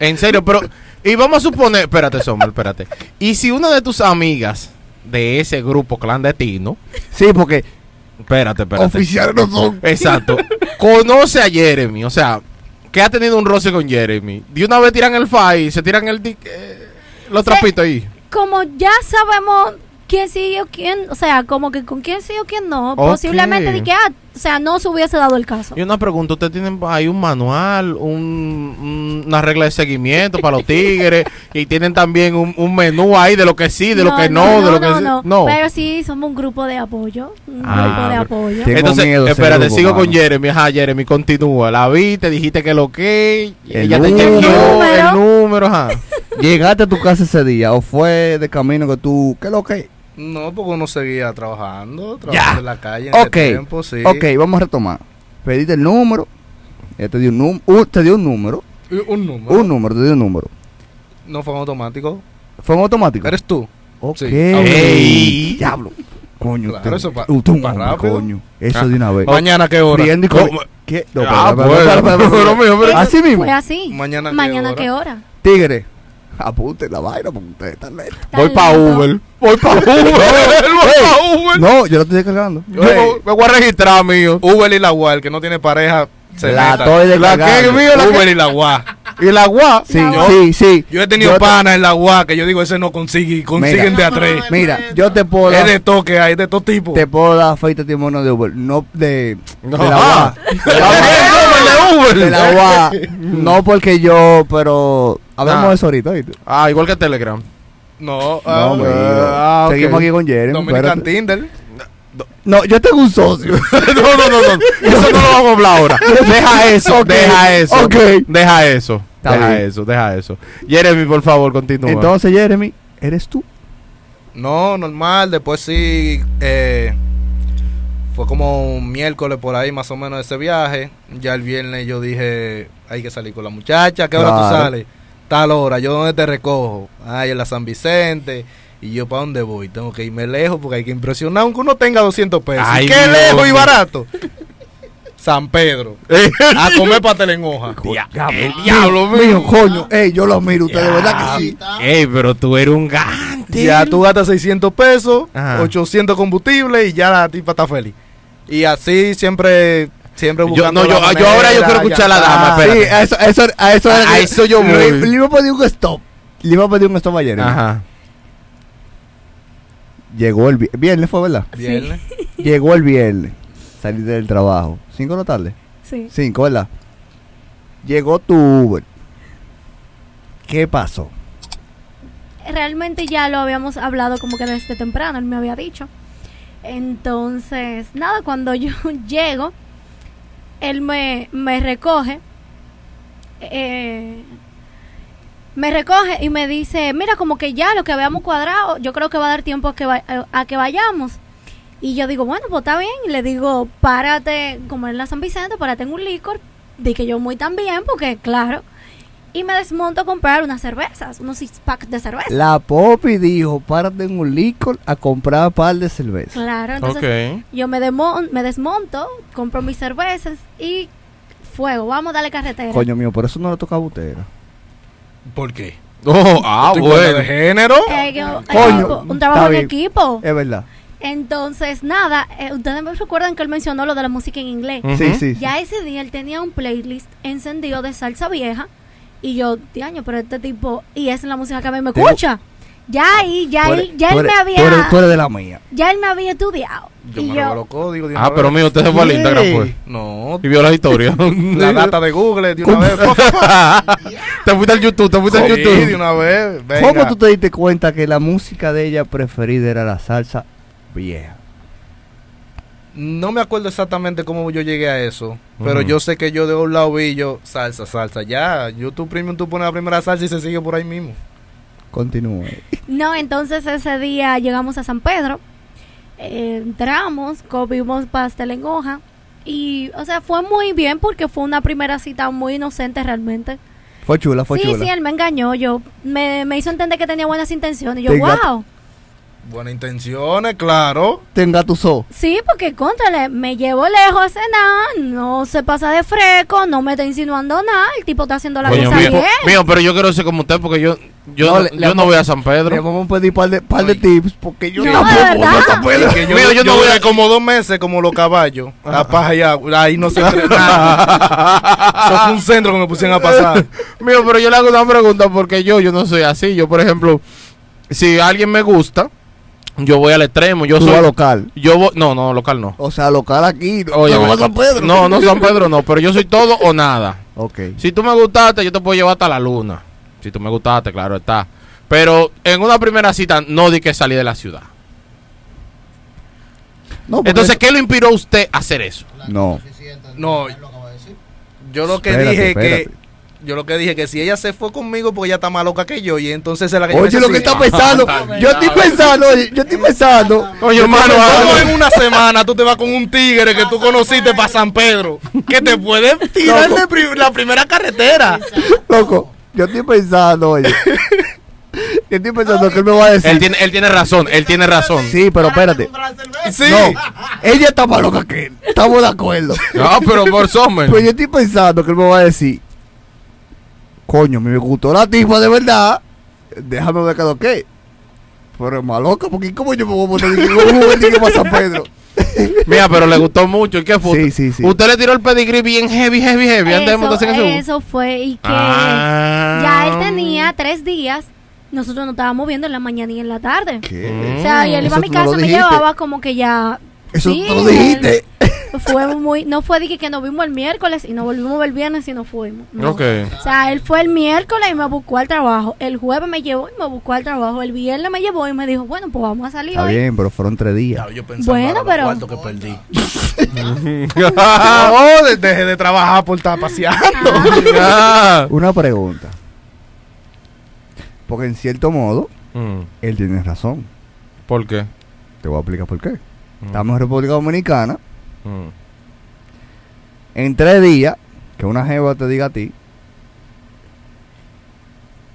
Speaker 1: En serio, pero. Y vamos a suponer. Espérate, Sommer, espérate. Y si una de tus amigas de ese grupo clandestino.
Speaker 2: Sí, porque
Speaker 1: Espérate, espérate.
Speaker 2: oficiales no son.
Speaker 1: Exacto. Conoce a Jeremy. O sea, que ha tenido un roce con Jeremy. De una vez tiran el file, se tiran el. di- eh, los trapitos ahí.
Speaker 3: Como ya sabemos quién sí o quién, o sea, como que con quién sí o quién no.
Speaker 1: Ok.
Speaker 3: Posiblemente de que, ah, o sea, no se hubiese dado el caso.
Speaker 1: Y una pregunta, ¿usted tienen hay un manual, un- un- una regla de seguimiento para los tigres? y tienen también un, un menú ahí de lo que sí, de lo que no, de lo que
Speaker 3: no,
Speaker 1: sí.
Speaker 3: no.
Speaker 1: No.
Speaker 3: Pero sí, somos un grupo de apoyo. Un
Speaker 1: Ah,
Speaker 3: grupo de apoyo.
Speaker 2: Tengo
Speaker 1: Entonces,
Speaker 2: miedo,
Speaker 1: espérate,
Speaker 2: seguro,
Speaker 1: sigo con
Speaker 2: mano.
Speaker 1: Jeremy. Ajá, Jeremy, continúa. La vi, te dijiste que lo que.
Speaker 2: El
Speaker 1: Ella te
Speaker 2: número.
Speaker 1: chequeó el número, ajá.
Speaker 2: ¿Llegaste a tu casa ese día o fue de camino que tú, qué lo que?
Speaker 4: No, porque uno seguía trabajando, trabajando
Speaker 1: Ya.
Speaker 4: en la calle en ese
Speaker 2: Ok,
Speaker 4: tiempo, sí.
Speaker 2: ok, vamos a retomar. Pediste el número, ella te dio un, num- un- te dio un número,
Speaker 4: Y Un número.
Speaker 2: un número, te dio un número.
Speaker 4: No fue en automático.
Speaker 2: ¿Fue en automático?
Speaker 4: Eres tú.
Speaker 2: Ok.
Speaker 4: Sí.
Speaker 1: Ey.
Speaker 2: Diablo. Coño,
Speaker 4: Claro,
Speaker 2: usted-
Speaker 4: eso pa-
Speaker 2: usted un
Speaker 4: pa
Speaker 2: hombre,
Speaker 4: rápido.
Speaker 2: coño. Eso
Speaker 1: Ah,
Speaker 2: de una vez.
Speaker 4: Mañana qué hora.
Speaker 2: Friendo y
Speaker 1: ¿Cómo?
Speaker 2: comi- ¿Qué? No,
Speaker 1: Ah,
Speaker 2: espera, espera,
Speaker 1: bueno,
Speaker 2: espera, espera, espera.
Speaker 1: pero mío, pero-
Speaker 2: Así mismo.
Speaker 3: Fue así.
Speaker 4: Mañana qué
Speaker 3: Mañana
Speaker 4: hora.
Speaker 3: qué hora.
Speaker 2: Tigre. Apunte la vaina porque ustedes están lentos.
Speaker 1: Voy
Speaker 3: Tan
Speaker 1: pa'
Speaker 3: lindo.
Speaker 1: Uber. Voy pa' Uber. voy pa' Uber.
Speaker 2: No, yo lo estoy descargando.
Speaker 1: Yo me- me voy a registrar, mío.
Speaker 4: Uber y la UA, el que no tiene pareja, se
Speaker 2: La
Speaker 4: meta.
Speaker 2: estoy
Speaker 4: La que
Speaker 2: descargando.
Speaker 4: mío, la Uber y la UA.
Speaker 1: Y la guá.
Speaker 2: Sí,
Speaker 3: No.
Speaker 2: sí, sí.
Speaker 4: Yo he tenido
Speaker 2: Yo te-
Speaker 4: pana en la UA que yo digo, ese no consigue, y consiguen
Speaker 2: Mira.
Speaker 4: de a tres.
Speaker 2: Mira, yo te puedo
Speaker 4: Es de
Speaker 2: dar,
Speaker 4: toque, hay de todo tipo.
Speaker 2: te puedo dar fe y testimonio de Uber, no de,
Speaker 1: No.
Speaker 2: de la UA. De la
Speaker 1: Ah, el Uber de Uber.
Speaker 2: De la UA. No porque yo, pero hablamos
Speaker 1: Nah.
Speaker 2: de eso ahorita, ¿oíste?
Speaker 1: Ah, igual que Telegram.
Speaker 4: No,
Speaker 2: No,
Speaker 4: ah,
Speaker 2: hombre.
Speaker 1: ah, ok.
Speaker 2: Seguimos aquí con Jeremy.
Speaker 4: Dominican
Speaker 2: espérate.
Speaker 4: Tinder.
Speaker 2: No, yo tengo un socio.
Speaker 1: no, no, no, no. Eso no lo vamos a hablar ahora. Deja eso,
Speaker 2: Ok,
Speaker 1: deja eso.
Speaker 2: ok.
Speaker 1: Deja eso.
Speaker 2: Está
Speaker 1: deja
Speaker 2: bien.
Speaker 1: eso, deja eso. Jeremy, por favor, continúa.
Speaker 2: Entonces, Jeremy, eres tú.
Speaker 4: No, normal. Después sí. eh, fue como un miércoles por ahí, más o menos, ese viaje. Ya el viernes yo dije, hay que salir con la muchacha. ¿A ¿Qué hora tú
Speaker 2: Claro.
Speaker 4: sales? Tal hora. ¿Yo dónde te recojo? Ay, en la San Vicente. ¿Y yo para dónde voy? Tengo que irme lejos porque hay que impresionar, aunque uno tenga 200 pesos.
Speaker 1: Ay,
Speaker 4: ¿Qué
Speaker 1: mi
Speaker 4: lejos y
Speaker 1: loco.
Speaker 4: barato? San Pedro. A comer pastel en hoja.
Speaker 1: Dia- el
Speaker 2: Diablo
Speaker 1: diablo,
Speaker 2: mío,
Speaker 1: mío.
Speaker 2: coño. Ey, yo los miro, ustedes, ¿verdad que sí?
Speaker 1: Ey, pero tú eres un gante.
Speaker 4: Ya tú gastas 600 pesos,
Speaker 1: Ajá.
Speaker 4: 800 combustible y ya la tipa está feliz. Y así siempre, siempre
Speaker 1: Yo,
Speaker 4: buscando
Speaker 1: no, yo,
Speaker 4: la
Speaker 1: yo ahora yo
Speaker 4: manera,
Speaker 1: quiero escuchar a la
Speaker 4: ya
Speaker 1: dama.
Speaker 4: está.
Speaker 1: Espérate.
Speaker 2: Ah, Sí, a eso, a eso, a eso,
Speaker 1: A- a eso yo
Speaker 2: le,
Speaker 1: voy.
Speaker 2: le iba a pedir un stop. Le iba a pedir un stop a Jeremy.
Speaker 1: Ajá.
Speaker 2: Llegó el vi- viernes, fue verdad.
Speaker 4: Viernes.
Speaker 2: Llegó el viernes. Salí del trabajo. ¿Cinco de la tarde?
Speaker 3: Sí.
Speaker 2: Cinco, ¿verdad? Llegó tu Uber. ¿Qué pasó?
Speaker 3: Realmente ya lo habíamos hablado como que desde temprano, él me había dicho. Entonces, nada, cuando yo llego, él me, me recoge. eh, me recoge y me dice, mira, como que ya lo que habíamos cuadrado, yo creo que va a dar tiempo a que, va- a- a que vayamos. Y yo digo, bueno, pues está bien. Y le digo, párate, como en la San Vicente, párate en un licor. Di que yo muy también, porque claro. Y me desmonto a comprar unas cervezas, unos six packs de cerveza.
Speaker 2: La Poppy dijo, párate en un licor a comprar par de cerveza.
Speaker 3: Claro, entonces yo me, demo- me desmonto, compro mis cervezas y fuego, vamos a darle carretera.
Speaker 2: Coño mío, por eso no le toca a Butera.
Speaker 4: ¿Por qué?
Speaker 1: Oh, ah,
Speaker 4: Estoy con la de
Speaker 1: bueno.
Speaker 4: género.
Speaker 3: Eh, que- eh,
Speaker 2: Coño,
Speaker 3: un- un
Speaker 2: está
Speaker 3: trabajo en
Speaker 2: bien. Eh.
Speaker 3: equipo.
Speaker 2: Es verdad.
Speaker 3: Entonces, nada, eh, ustedes me recuerdan que él mencionó lo de la música en inglés.
Speaker 1: Ujú.
Speaker 2: Sí, Mm, sí. sí.
Speaker 3: Ya ese día él tenía un playlist encendido de salsa vieja y yo, diaño, pero este tipo, y esa es la música que a mí me
Speaker 2: Tengo-
Speaker 3: escucha. Ya ahí, ya
Speaker 2: Tú
Speaker 3: él,
Speaker 2: eres-
Speaker 3: ya
Speaker 2: tú
Speaker 3: él me
Speaker 2: eres-
Speaker 3: había,
Speaker 2: Tú eres, tú eres de la mía.
Speaker 3: ya él me había estudiado.
Speaker 4: Yo
Speaker 3: y
Speaker 4: me lo
Speaker 3: yo,
Speaker 4: coloco, digo de una
Speaker 1: Ah, pero
Speaker 4: vez.
Speaker 1: mío, usted se fue al
Speaker 2: Sí.
Speaker 1: Instagram, pues.
Speaker 4: No,
Speaker 1: Y vio la historia.
Speaker 4: la data de Google de una vez.
Speaker 1: te fuiste al YouTube, te fuiste al
Speaker 4: Sí, de
Speaker 1: YouTube.
Speaker 4: una vez. Venga.
Speaker 2: ¿Cómo tú te diste cuenta que la música de ella preferida era la salsa vieja?
Speaker 4: No me acuerdo exactamente cómo yo llegué a eso, pero
Speaker 1: Ujú.
Speaker 4: yo sé que yo de un lado vi yo salsa, salsa. Ya, YouTube Premium tú pones la primera salsa y se sigue por ahí mismo.
Speaker 2: Continúa.
Speaker 3: No, entonces ese día llegamos a San Pedro, eh, entramos, comimos pastel en hoja y, o sea, fue muy bien porque fue una primera cita muy inocente realmente.
Speaker 2: Fue chula, Ah, fue
Speaker 3: sí,
Speaker 2: chula.
Speaker 3: sí, él me engañó, yo me, me hizo entender que tenía buenas intenciones. y Yo,
Speaker 2: Te engat-
Speaker 3: wow.
Speaker 4: Buenas intenciones, eh, claro.
Speaker 2: Te engatusó.
Speaker 3: Sí, porque contrale, me llevo lejos a cenar, no se pasa de fresco, no me está insinuando nada, el tipo está haciendo la
Speaker 1: Coño,
Speaker 3: cosa
Speaker 1: mío,
Speaker 3: bien.
Speaker 1: mío, pero yo quiero ser como usted porque yo, yo,
Speaker 2: No,
Speaker 1: no,
Speaker 2: le-
Speaker 1: yo
Speaker 2: le
Speaker 1: no
Speaker 2: vamos-
Speaker 1: voy a San
Speaker 2: Le
Speaker 1: Pedro.
Speaker 2: vamos a pedir par de, par de tips porque yo
Speaker 3: No,
Speaker 2: tampoco
Speaker 3: de verdad.
Speaker 2: no se puede.
Speaker 4: Que yo,
Speaker 1: Mío, yo
Speaker 4: yo,
Speaker 1: no voy a-
Speaker 4: duré como dos meses como los caballos.
Speaker 2: Ah.
Speaker 4: La paja y agua. Ahí no se cree nada. Eso fue un centro que me pusieron a pasar.
Speaker 1: Mío, pero yo le hago una pregunta porque yo, yo no soy así. Yo, por ejemplo, si alguien me gusta, Yo voy al extremo, yo
Speaker 2: Tú vas
Speaker 1: soy...
Speaker 2: local.
Speaker 1: Yo voy- no, no, local no.
Speaker 2: O sea, local aquí. no-
Speaker 1: Oye,
Speaker 2: no vas a San Pedro.
Speaker 1: No, no San Pedro no, pero yo soy todo o nada.
Speaker 2: Ok.
Speaker 1: Si tú me gustaste, yo te puedo llevar hasta la luna. Si tú me gustaste, claro está. Pero en una primera cita no di que salí de la ciudad.
Speaker 2: No, porque-
Speaker 1: Entonces, ¿qué lo inspiró a usted a hacer eso?
Speaker 2: No.
Speaker 4: No. Yo lo que
Speaker 2: Espérate,
Speaker 4: dije
Speaker 2: espérate.
Speaker 4: que. Yo lo que dije que si ella se fue conmigo, porque ella está más loca que yo. Y entonces es la que yo
Speaker 2: Oye, lo que
Speaker 4: necesito.
Speaker 2: está pensando. Yo estoy pensando, oye, yo estoy pensando.
Speaker 1: Ah, Oye, hermano,
Speaker 4: ¿Cómo en una semana tú te vas con un tigre que tú conociste para San Pedro? Que te puede tirar de pri- la primera carretera.
Speaker 2: Loco, yo estoy pensando, oye. Yo estoy pensando que él me va a
Speaker 1: él,
Speaker 2: decir.
Speaker 1: tiene, él tiene razón, él tiene razón.
Speaker 2: Sí, pero espérate.
Speaker 4: Sí.
Speaker 2: No, ella está más loca que él. Estamos de acuerdo.
Speaker 1: No, pero por Sommer.
Speaker 2: Pero Pues yo estoy pensando que él me va a decir. Coño, me gustó la tipa de verdad. Déjame ver cada qué. Pero es más loca, porque ¿cómo yo me voy a poner que un juguete para San Pedro?
Speaker 1: Mira, pero le gustó mucho. ¿Y qué fue?
Speaker 2: Sí, sí, sí.
Speaker 1: Usted le tiró el pedigrí bien heavy, heavy, heavy. Antes de montarse en el
Speaker 3: Eso,
Speaker 1: segundo.
Speaker 3: eso fue y que
Speaker 1: Ah.
Speaker 3: ya él tenía tres días. Nosotros nos estábamos viendo en la mañana y en la tarde.
Speaker 1: ¿Qué?
Speaker 3: O sea, y él
Speaker 2: Eso
Speaker 3: iba a mi
Speaker 2: tú no lo
Speaker 3: casa, me
Speaker 2: dijiste.
Speaker 3: llevaba como que ya.
Speaker 2: Mm. Eso
Speaker 3: Sí,
Speaker 2: tú lo dijiste.
Speaker 3: él Fue muy, no fue de que, que nos vimos el miércoles y nos volvimos el viernes y nos fuimos. No.
Speaker 1: Ok.
Speaker 3: O sea, él fue el miércoles y me buscó al trabajo. El jueves me llevó y me buscó al trabajo. El viernes me llevó y me dijo, bueno, pues vamos a salir
Speaker 2: Está
Speaker 3: hoy.
Speaker 2: bien, pero fueron tres días.
Speaker 4: Ya, Yo pensaba
Speaker 3: Bueno,
Speaker 4: los
Speaker 3: pero-
Speaker 4: cuartos que perdí.
Speaker 1: Mm.
Speaker 4: No, de- dejé de trabajar por estar paseando.
Speaker 1: Ah.
Speaker 2: Una pregunta. Porque en cierto modo,
Speaker 1: Mm,
Speaker 2: él tiene razón.
Speaker 1: ¿Por qué?
Speaker 2: Te voy a explicar por qué.
Speaker 1: Mm,
Speaker 2: Estamos en República Dominicana.
Speaker 1: mm.
Speaker 2: En tres días, que una jeva te diga a ti.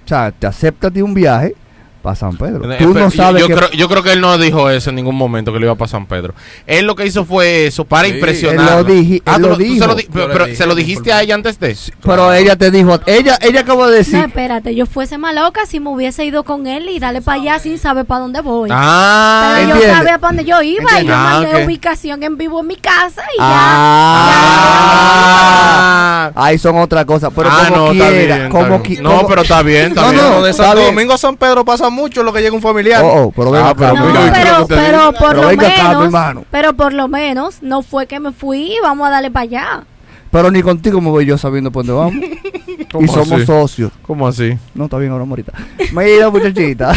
Speaker 2: O sea, te acepta a ti un viaje para San Pedro.
Speaker 1: Eh,
Speaker 2: Tú
Speaker 1: pero
Speaker 2: no sabes
Speaker 1: yo,
Speaker 2: que
Speaker 1: yo creo, yo creo que él no dijo eso en ningún momento que le iba para San Pedro. Él lo que hizo fue eso para
Speaker 4: Sí.
Speaker 1: impresionar. Ah,
Speaker 2: Él lo diji- él lo dijo.
Speaker 1: pero
Speaker 4: Yo le
Speaker 1: pero
Speaker 4: dije,
Speaker 1: se lo
Speaker 4: por
Speaker 1: dijiste
Speaker 4: favor.
Speaker 1: a ella antes de.
Speaker 2: Pero ella te dijo, ella ella acaba de
Speaker 3: No,
Speaker 2: decir,
Speaker 3: espérate, yo fuese maloca si me hubiese ido con él y darle para allá sin saber para dónde voy.
Speaker 1: Ah,
Speaker 3: Pero
Speaker 2: entiende.
Speaker 3: yo sabía para dónde yo iba y
Speaker 2: Entiende.
Speaker 3: yo
Speaker 1: Ah,
Speaker 3: mandé
Speaker 1: ok.
Speaker 3: ubicación en vivo en mi casa y
Speaker 1: Ah.
Speaker 2: ahí son otra cosa, pero
Speaker 1: Ah,
Speaker 2: como
Speaker 1: está
Speaker 2: quiera,
Speaker 1: bien,
Speaker 2: como
Speaker 1: está bien.
Speaker 2: qui-
Speaker 1: No,
Speaker 2: como-
Speaker 1: pero está bien, está
Speaker 2: No,
Speaker 1: bien.
Speaker 2: no,
Speaker 4: de
Speaker 2: está
Speaker 4: Santo
Speaker 2: bien.
Speaker 4: Domingo a San Pedro pasa mucho lo que llega un familiar.
Speaker 2: Oh, oh, pero ven
Speaker 1: Ah,
Speaker 2: acá,
Speaker 1: pero
Speaker 3: ya. No,
Speaker 2: ven
Speaker 1: mira, yo
Speaker 2: acá.
Speaker 1: creo que
Speaker 3: pero,
Speaker 1: te-
Speaker 3: pero por
Speaker 2: Pero
Speaker 3: lo
Speaker 2: venga acá, mi hermano.
Speaker 3: menos, pero por lo menos no fue que me fui y vamos a darle para allá.
Speaker 2: Pero ni contigo me voy yo sabiendo por dónde vamos.
Speaker 1: ¿Cómo
Speaker 2: y somos
Speaker 1: así?
Speaker 2: socios.
Speaker 1: ¿Cómo así?
Speaker 2: No, está bien, ahora morita. Mira, muchachita.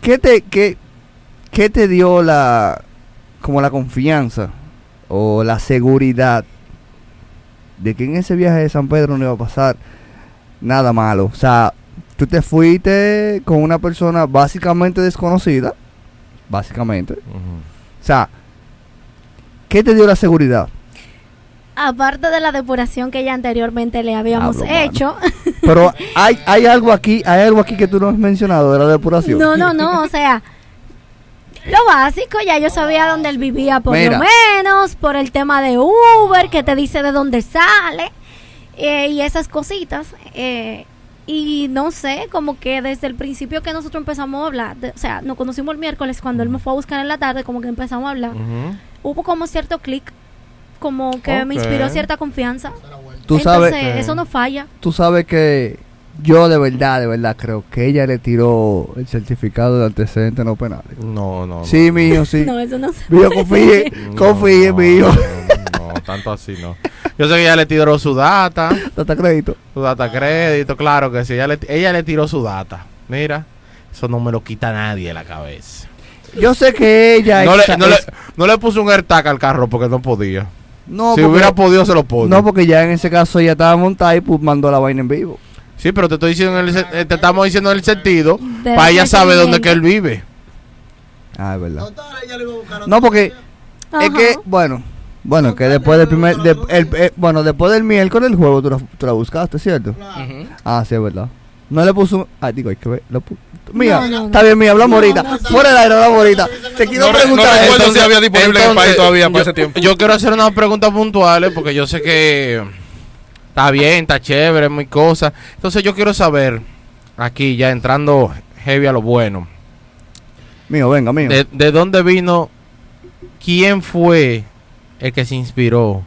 Speaker 2: ¿Qué te, qué, qué te dio la como la confianza o la seguridad de que en ese viaje de San Pedro no iba a pasar nada malo? O sea, tú te fuiste con una persona básicamente desconocida, básicamente. O sea, ¿qué te dio la seguridad?
Speaker 3: Aparte de la depuración que ya anteriormente le habíamos
Speaker 2: Diablo, mano.
Speaker 3: hecho.
Speaker 2: Pero hay, hay algo aquí, hay algo aquí que tú no has mencionado de la depuración.
Speaker 3: No, no, no, o sea, lo básico, ya yo sabía dónde él vivía por
Speaker 2: Mira.
Speaker 3: lo menos, por el tema de Uber, que te dice de dónde sale, eh, y esas cositas. eh, y no sé, como que desde el principio que nosotros empezamos a hablar, de- o sea, nos conocimos el miércoles cuando él me fue a buscar en la tarde, como que empezamos a
Speaker 2: Mm.
Speaker 3: hablar, hubo como cierto clic, como que me
Speaker 1: Ok.
Speaker 3: inspiró cierta confianza.
Speaker 2: Tú sabes,
Speaker 3: Entonces, eso no falla.
Speaker 2: tú sabes que yo de verdad, de verdad creo que ella le tiró el certificado de antecedentes no penales.
Speaker 1: No, no.
Speaker 2: Sí, mío, sí.
Speaker 3: No, eso no se
Speaker 2: Mío, confíe,
Speaker 1: no.
Speaker 2: confíe,
Speaker 1: No,
Speaker 2: mío.
Speaker 1: No, no, tanto así no. Yo sé que ella le tiró su data,
Speaker 2: Data crédito.
Speaker 1: su data crédito, claro que sí. Ella le, ella le tiró su data. Mira, eso no me lo quita nadie de la cabeza.
Speaker 2: Yo sé que ella
Speaker 1: No le,
Speaker 2: exa-
Speaker 1: no, le,
Speaker 2: es-
Speaker 1: no le puso un AirTag al carro porque no podía.
Speaker 2: no,
Speaker 1: si
Speaker 2: porque,
Speaker 1: hubiera podido, se lo pone.
Speaker 2: no, porque ya en ese caso ella estaba montada y pues mandó la vaina en vivo.
Speaker 1: sí, pero te estoy diciendo en el se- eh, te estamos diciendo en el sentido
Speaker 3: Del
Speaker 1: para ella sabe dónde
Speaker 3: requerimiento.
Speaker 1: que él vive.
Speaker 2: Ah, es verdad. No, porque es que,
Speaker 3: Ajá.
Speaker 2: bueno, bueno, que después del primer, de- el- eh, bueno, después del miércoles el juego tú la, tú la buscaste, ¿cierto?
Speaker 4: Ujú.
Speaker 2: Ah, sí, es verdad. No le puso. un- Ah, digo, hay que ver. lo pu- Mía,
Speaker 3: No, no, no.
Speaker 2: está bien, mía, hablamos ahorita. Fuera de aire, hablamos ahorita. Te quiero
Speaker 4: No re-
Speaker 2: preguntar
Speaker 4: no recuerdo
Speaker 2: esto.
Speaker 4: si había disponible en el país todavía para
Speaker 1: yo,
Speaker 4: ese tiempo.
Speaker 1: Yo quiero hacer unas preguntas puntuales porque yo sé que está bien, está chévere, muy cosa. Entonces yo quiero saber aquí ya entrando heavy a lo bueno.
Speaker 2: Mío, venga, mío.
Speaker 1: ¿De, de dónde vino? ¿Quién fue el que se inspiró